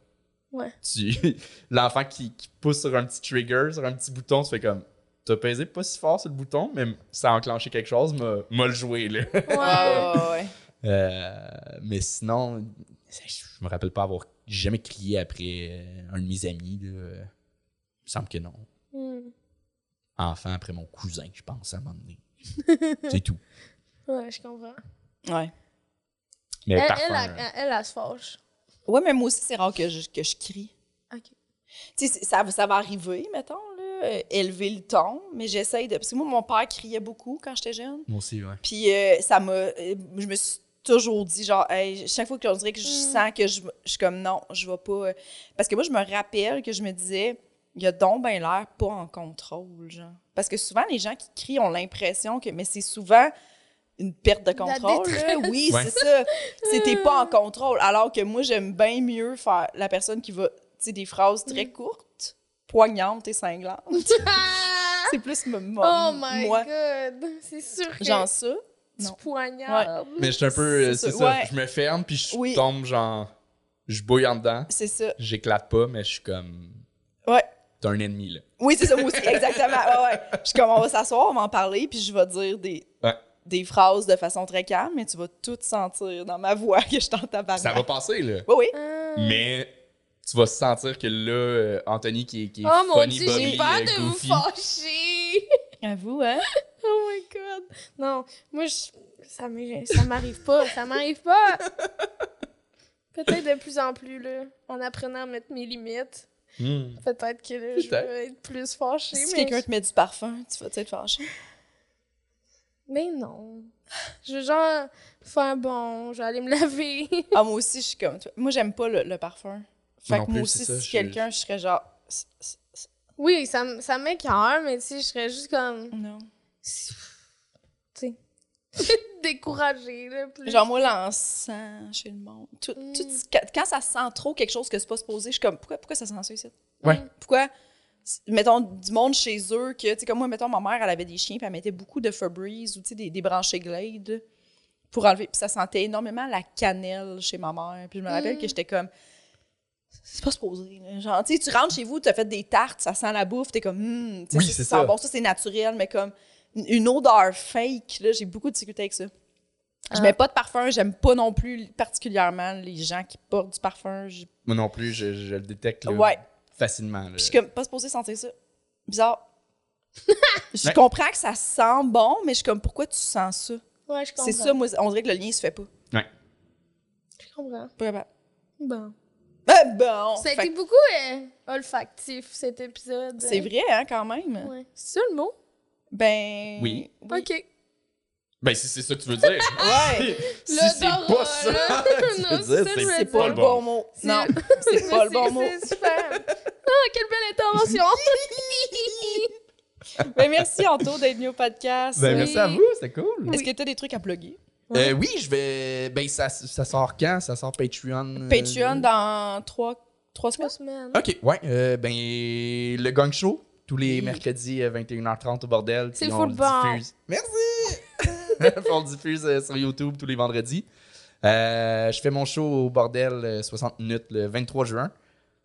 S3: Ouais.
S4: Tu- (laughs) L'enfant qui, qui pousse sur un petit trigger, sur un petit bouton, tu fais comme. T'as pesé pas si fort sur le bouton, mais ça a enclenché quelque chose, m'a m'a le joué, là. (laughs)
S7: Ah,
S2: Ouais,
S3: Ouais.
S2: ouais, ouais.
S4: Euh, mais sinon, je me rappelle pas avoir jamais crié après euh, un de mes amis, là. Il me semble que non.
S3: Hum.
S4: Enfant après mon cousin, je pense, à un
S3: (laughs)
S4: moment donné. C'est tout.
S3: Ouais, je comprends.
S2: Ouais.
S4: Mais
S3: Elle,
S4: parfum,
S3: elle, elle,
S4: euh,
S3: elle, elle, elle se (laughs) fâche.
S2: Ouais, mais moi aussi, c'est rare que je, que je crie.
S3: OK.
S2: Tu sais, c'est- ça, va- ça va arriver, mettons, là, euh, élever le ton, mais j'essaye de. Parce que moi, mon père criait beaucoup quand j'étais jeune.
S4: moi aussi, ouais.
S2: Puis euh, ça m'a. euh, je me suis toujours dit, genre, Hey, chaque fois que je dirais que je
S3: Mm.
S2: sens que je, je suis comme non, je vais pas. euh. Parce que moi, je me rappelle que je me disais, il y a donc ben l'air pas en contrôle, genre. Parce que souvent, les gens qui crient ont l'impression que. Mais c'est souvent une perte de contrôle. là.
S3: détresse. Mm.
S2: Oui,
S4: Ouais.
S2: c'est ça. C'est t'es pas en contrôle. Alors que moi, j'aime bien mieux faire la personne qui va. Tu sais, des phrases très
S3: Mm.
S2: courtes, poignantes et cinglantes.
S3: Ah!
S2: c'est plus m- m-
S3: Oh my
S2: moi.
S3: God! C'est sûr que
S2: Genre ça.
S3: tu
S2: non.
S3: poignardes.
S4: Mais je suis un peu. euh,
S2: C'est
S4: C'est
S2: ça,
S4: ça.
S2: ouais.
S4: Je me ferme, puis je
S2: Oui.
S4: tombe, genre. Je bouille en dedans.
S2: C'est ça.
S4: J'éclate pas, mais je suis comme.
S2: Ouais.
S4: T'as un ennemi, là.
S2: Oui, c'est ça, moi aussi, exactement. Ouais, ouais. Je suis comme, on va s'asseoir, on va en parler, puis je vais dire des,
S4: Ouais.
S2: des phrases de façon très calme, mais tu vas tout sentir dans ma voix que je t'entends parler.
S4: Ça va passer, là.
S2: Oui, oui.
S3: Ah.
S4: Mais tu vas sentir que là, euh, Anthony qui est, qui est
S3: Oh mon
S4: funny,
S3: dieu,
S4: bubbly,
S3: j'ai peur
S4: euh,
S3: de vous
S4: goofy.
S3: fâcher! (laughs)
S2: À vous, hein?
S3: Oh my god! Non, moi, je... ça m'est- ça m'arrive pas, ça m'arrive
S2: (laughs)
S3: pas! Peut-être de plus en plus, là, en apprenant à mettre mes limites,
S4: Hmm.
S3: peut-être que là, je
S4: Peut-être.
S3: vais être plus fâchée,
S2: Si
S3: mais...
S2: quelqu'un te met du parfum, tu vas être fâché.
S3: Mais non! Je veux genre faire bon, je vais aller me laver. (laughs)
S2: Ah, moi aussi, je suis comme toi. Moi, j'aime pas le, le parfum. Fait
S4: Non
S2: que moi
S4: plus,
S2: aussi,
S4: c'est ça,
S2: si
S4: je-
S2: quelqu'un, je serais genre. c'est- c'est- c'est-
S3: oui, ça, m- ça m'écoeure, mais tu sais, (laughs) je serais juste comme...
S2: Non.
S3: Tu sais. découragée, là. Plus.
S2: Genre, moi, l'encens chez le monde. Tout, tout ce que- quand ça sent trop quelque chose que c'est pas supposé, je suis comme, pourquoi, pourquoi ça sent ça ici? Hmm.
S4: Ouais.
S2: Pourquoi, mettons, du monde chez eux, que, tu sais, comme moi, mettons, ma mère, elle avait des chiens, puis elle mettait beaucoup de Febreze ou, tu sais, des, des branchés Glade pour enlever. Puis ça sentait énormément la cannelle chez ma mère. Puis je me rappelle
S3: Mm.
S2: que j'étais comme, c'est pas supposé. là. Genre, tu sais, tu rentres chez vous, tu as fait des tartes, ça sent la bouffe, t'es comme, hum, tu sais,
S4: Oui,
S2: ça,
S4: c'est
S2: ça
S4: ça.
S2: sent bon, ça, c'est naturel, mais comme, une- une odeur fake, là, j'ai beaucoup de difficultés avec ça. Je
S3: Ah.
S2: mets pas de parfum, j'aime pas non plus particulièrement les gens qui portent du parfum. Je-
S4: Moi non plus, je, je le détecte là,
S2: Ouais.
S4: facilement. là.
S2: Je suis comme pas supposée sentir ça. Bizarre.
S4: (laughs)
S2: je
S4: Ouais.
S2: comprends que ça sent bon, mais je suis comme pourquoi tu sens ça?
S3: Ouais, je comprends.
S2: C'est ça, moi, on dirait que le lien se fait pas.
S3: Je comprends.
S2: Pas capable.
S3: Bon.
S2: Ah, bon!
S3: Ça a
S2: Fait
S3: été
S2: que
S3: beaucoup euh, olfactif, cet épisode.
S2: C'est vrai, hein, quand même?
S3: Ouais. C'est ça le mot?
S2: Ben.
S4: Oui.
S3: OK.
S4: Ben, si c'est ça que tu veux dire.
S2: Ouais!
S4: si
S3: Le
S4: c'est
S3: Dora,
S4: pas ça,
S3: là.
S4: (laughs) tu
S3: Non,
S4: veux
S3: c'est
S4: dire,
S3: ça,
S4: c'est
S3: je veux
S2: C'est
S3: dire.
S2: pas le bon mot.
S3: C'est-
S2: Non,
S3: (laughs)
S2: c'est pas le bon mot.
S3: C'est super. Ah, quelle belle intervention.
S2: (laughs) Ben, merci, Anto, d'être venu au podcast.
S4: Ben,
S3: Oui.
S4: merci à vous, c'est cool.
S2: Est-ce que tu as des trucs à plugger?
S4: Euh, oui, je vais. Ben, ça, ça sort quand Ça sort Patreon. euh,
S2: Patreon dans trois, trois semaines?
S3: Trois semaines.
S4: Ok, ouais. euh, ben, le Gang Show, tous les
S2: Oui.
S4: mercredis euh, à 21h30 au bordel.
S3: C'est
S4: puis
S3: le
S4: on
S3: football.
S4: diffuse. Merci!
S2: (laughs)
S4: Puis on le diffuse euh, sur YouTube tous les vendredis. Euh, je fais mon show au bordel euh, 60 minutes le 23 juin.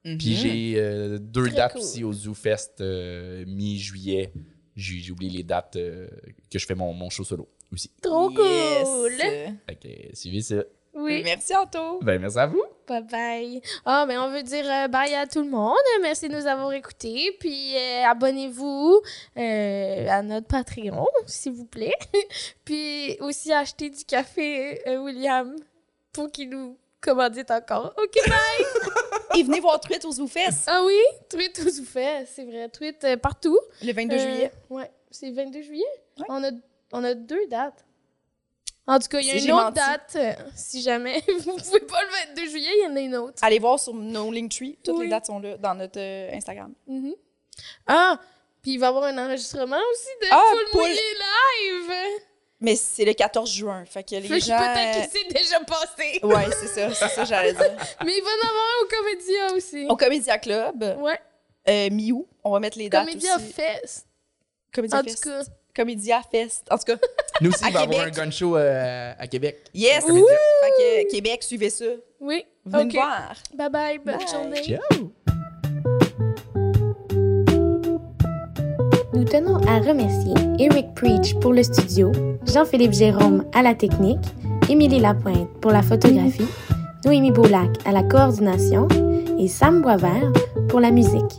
S2: Mhm. Mm.
S4: Puis j'ai euh, deux
S3: Très
S4: dates
S3: cool.
S4: aussi au Zoo Fest euh, mi-juillet. J'ai j'ai oublié les dates euh, que je fais mon, mon show solo aussi.
S3: Trop
S2: Yes.
S3: cool.
S4: Fait que, euh, suivez ça.
S3: Oui.
S2: Merci, Anto.
S4: Ben, merci à vous.
S3: Bye bye. Ah, mais on veut dire euh, bye à tout le monde. Merci de nous avoir écoutés. Puis euh, abonnez-vous euh, à notre Patreon, s'il vous plaît. (laughs) Puis aussi achetez du café, euh, William, pour qu'il nous commandite encore. OK, bye.
S2: Et venez voir Tweet aux Zoufesses
S3: ah oui, tweet tout vous fait. C'est vrai, tweet euh, partout.
S2: le 22
S3: Euh,
S2: juillet.
S3: Ouais, c'est le 22 juillet.
S2: Ouais.
S3: On, a, on a deux dates. En tout cas, il y a
S2: Si
S3: une
S2: j'ai
S3: autre
S2: menti.
S3: date. euh, si jamais (laughs) vous pouvez pas le 22 juillet, il y en a une autre.
S2: Allez voir sur nos Linktree. Toutes
S3: Oui.
S2: les dates sont là dans notre euh, Instagram.
S3: Mhm. Ah, puis il va y avoir un enregistrement aussi de
S2: Ah,
S3: Full
S2: Paul-
S3: Mouillé Live.
S2: Mais c'est le 14 juin. Fait que les
S3: Fait que
S2: gens.
S3: peut-être qu'il s'est déjà
S2: (laughs)
S3: passé.
S2: euh, Ouais, c'est ça. C'est ça, que j'allais dire.
S3: Mais il va en avoir un au Comédia aussi.
S2: Au Comédia Club,
S3: Ouais,
S2: euh, mi-août, on va mettre les dates.
S3: Comédia
S2: aussi.
S3: Fest.
S2: Comédia
S3: En tout
S2: Fest.
S3: cas,
S2: Comédia Fest. En tout
S3: (laughs)
S2: cas,
S4: Nous aussi,
S2: À
S4: il va y avoir un
S2: Québec.
S4: Gang Show euh, à Québec.
S2: yes!
S4: Comédia.
S2: Fait que euh, Québec, suivez ça.
S3: oui.
S2: Venez
S3: Ok.
S2: nous voir.
S3: Bye bye, bonne
S2: Bye.
S3: journée.
S4: Ciao!
S8: Nous tenons à remercier Eric Preach pour le studio, Jean-Philippe Jérôme à la technique, Émilie Lapointe pour la photographie, Noémie Boulac à la coordination et Sam Boisvert pour la musique.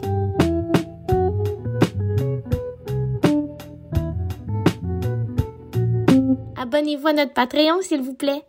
S8: Abonnez-vous à notre Patreon, s'il vous plaît.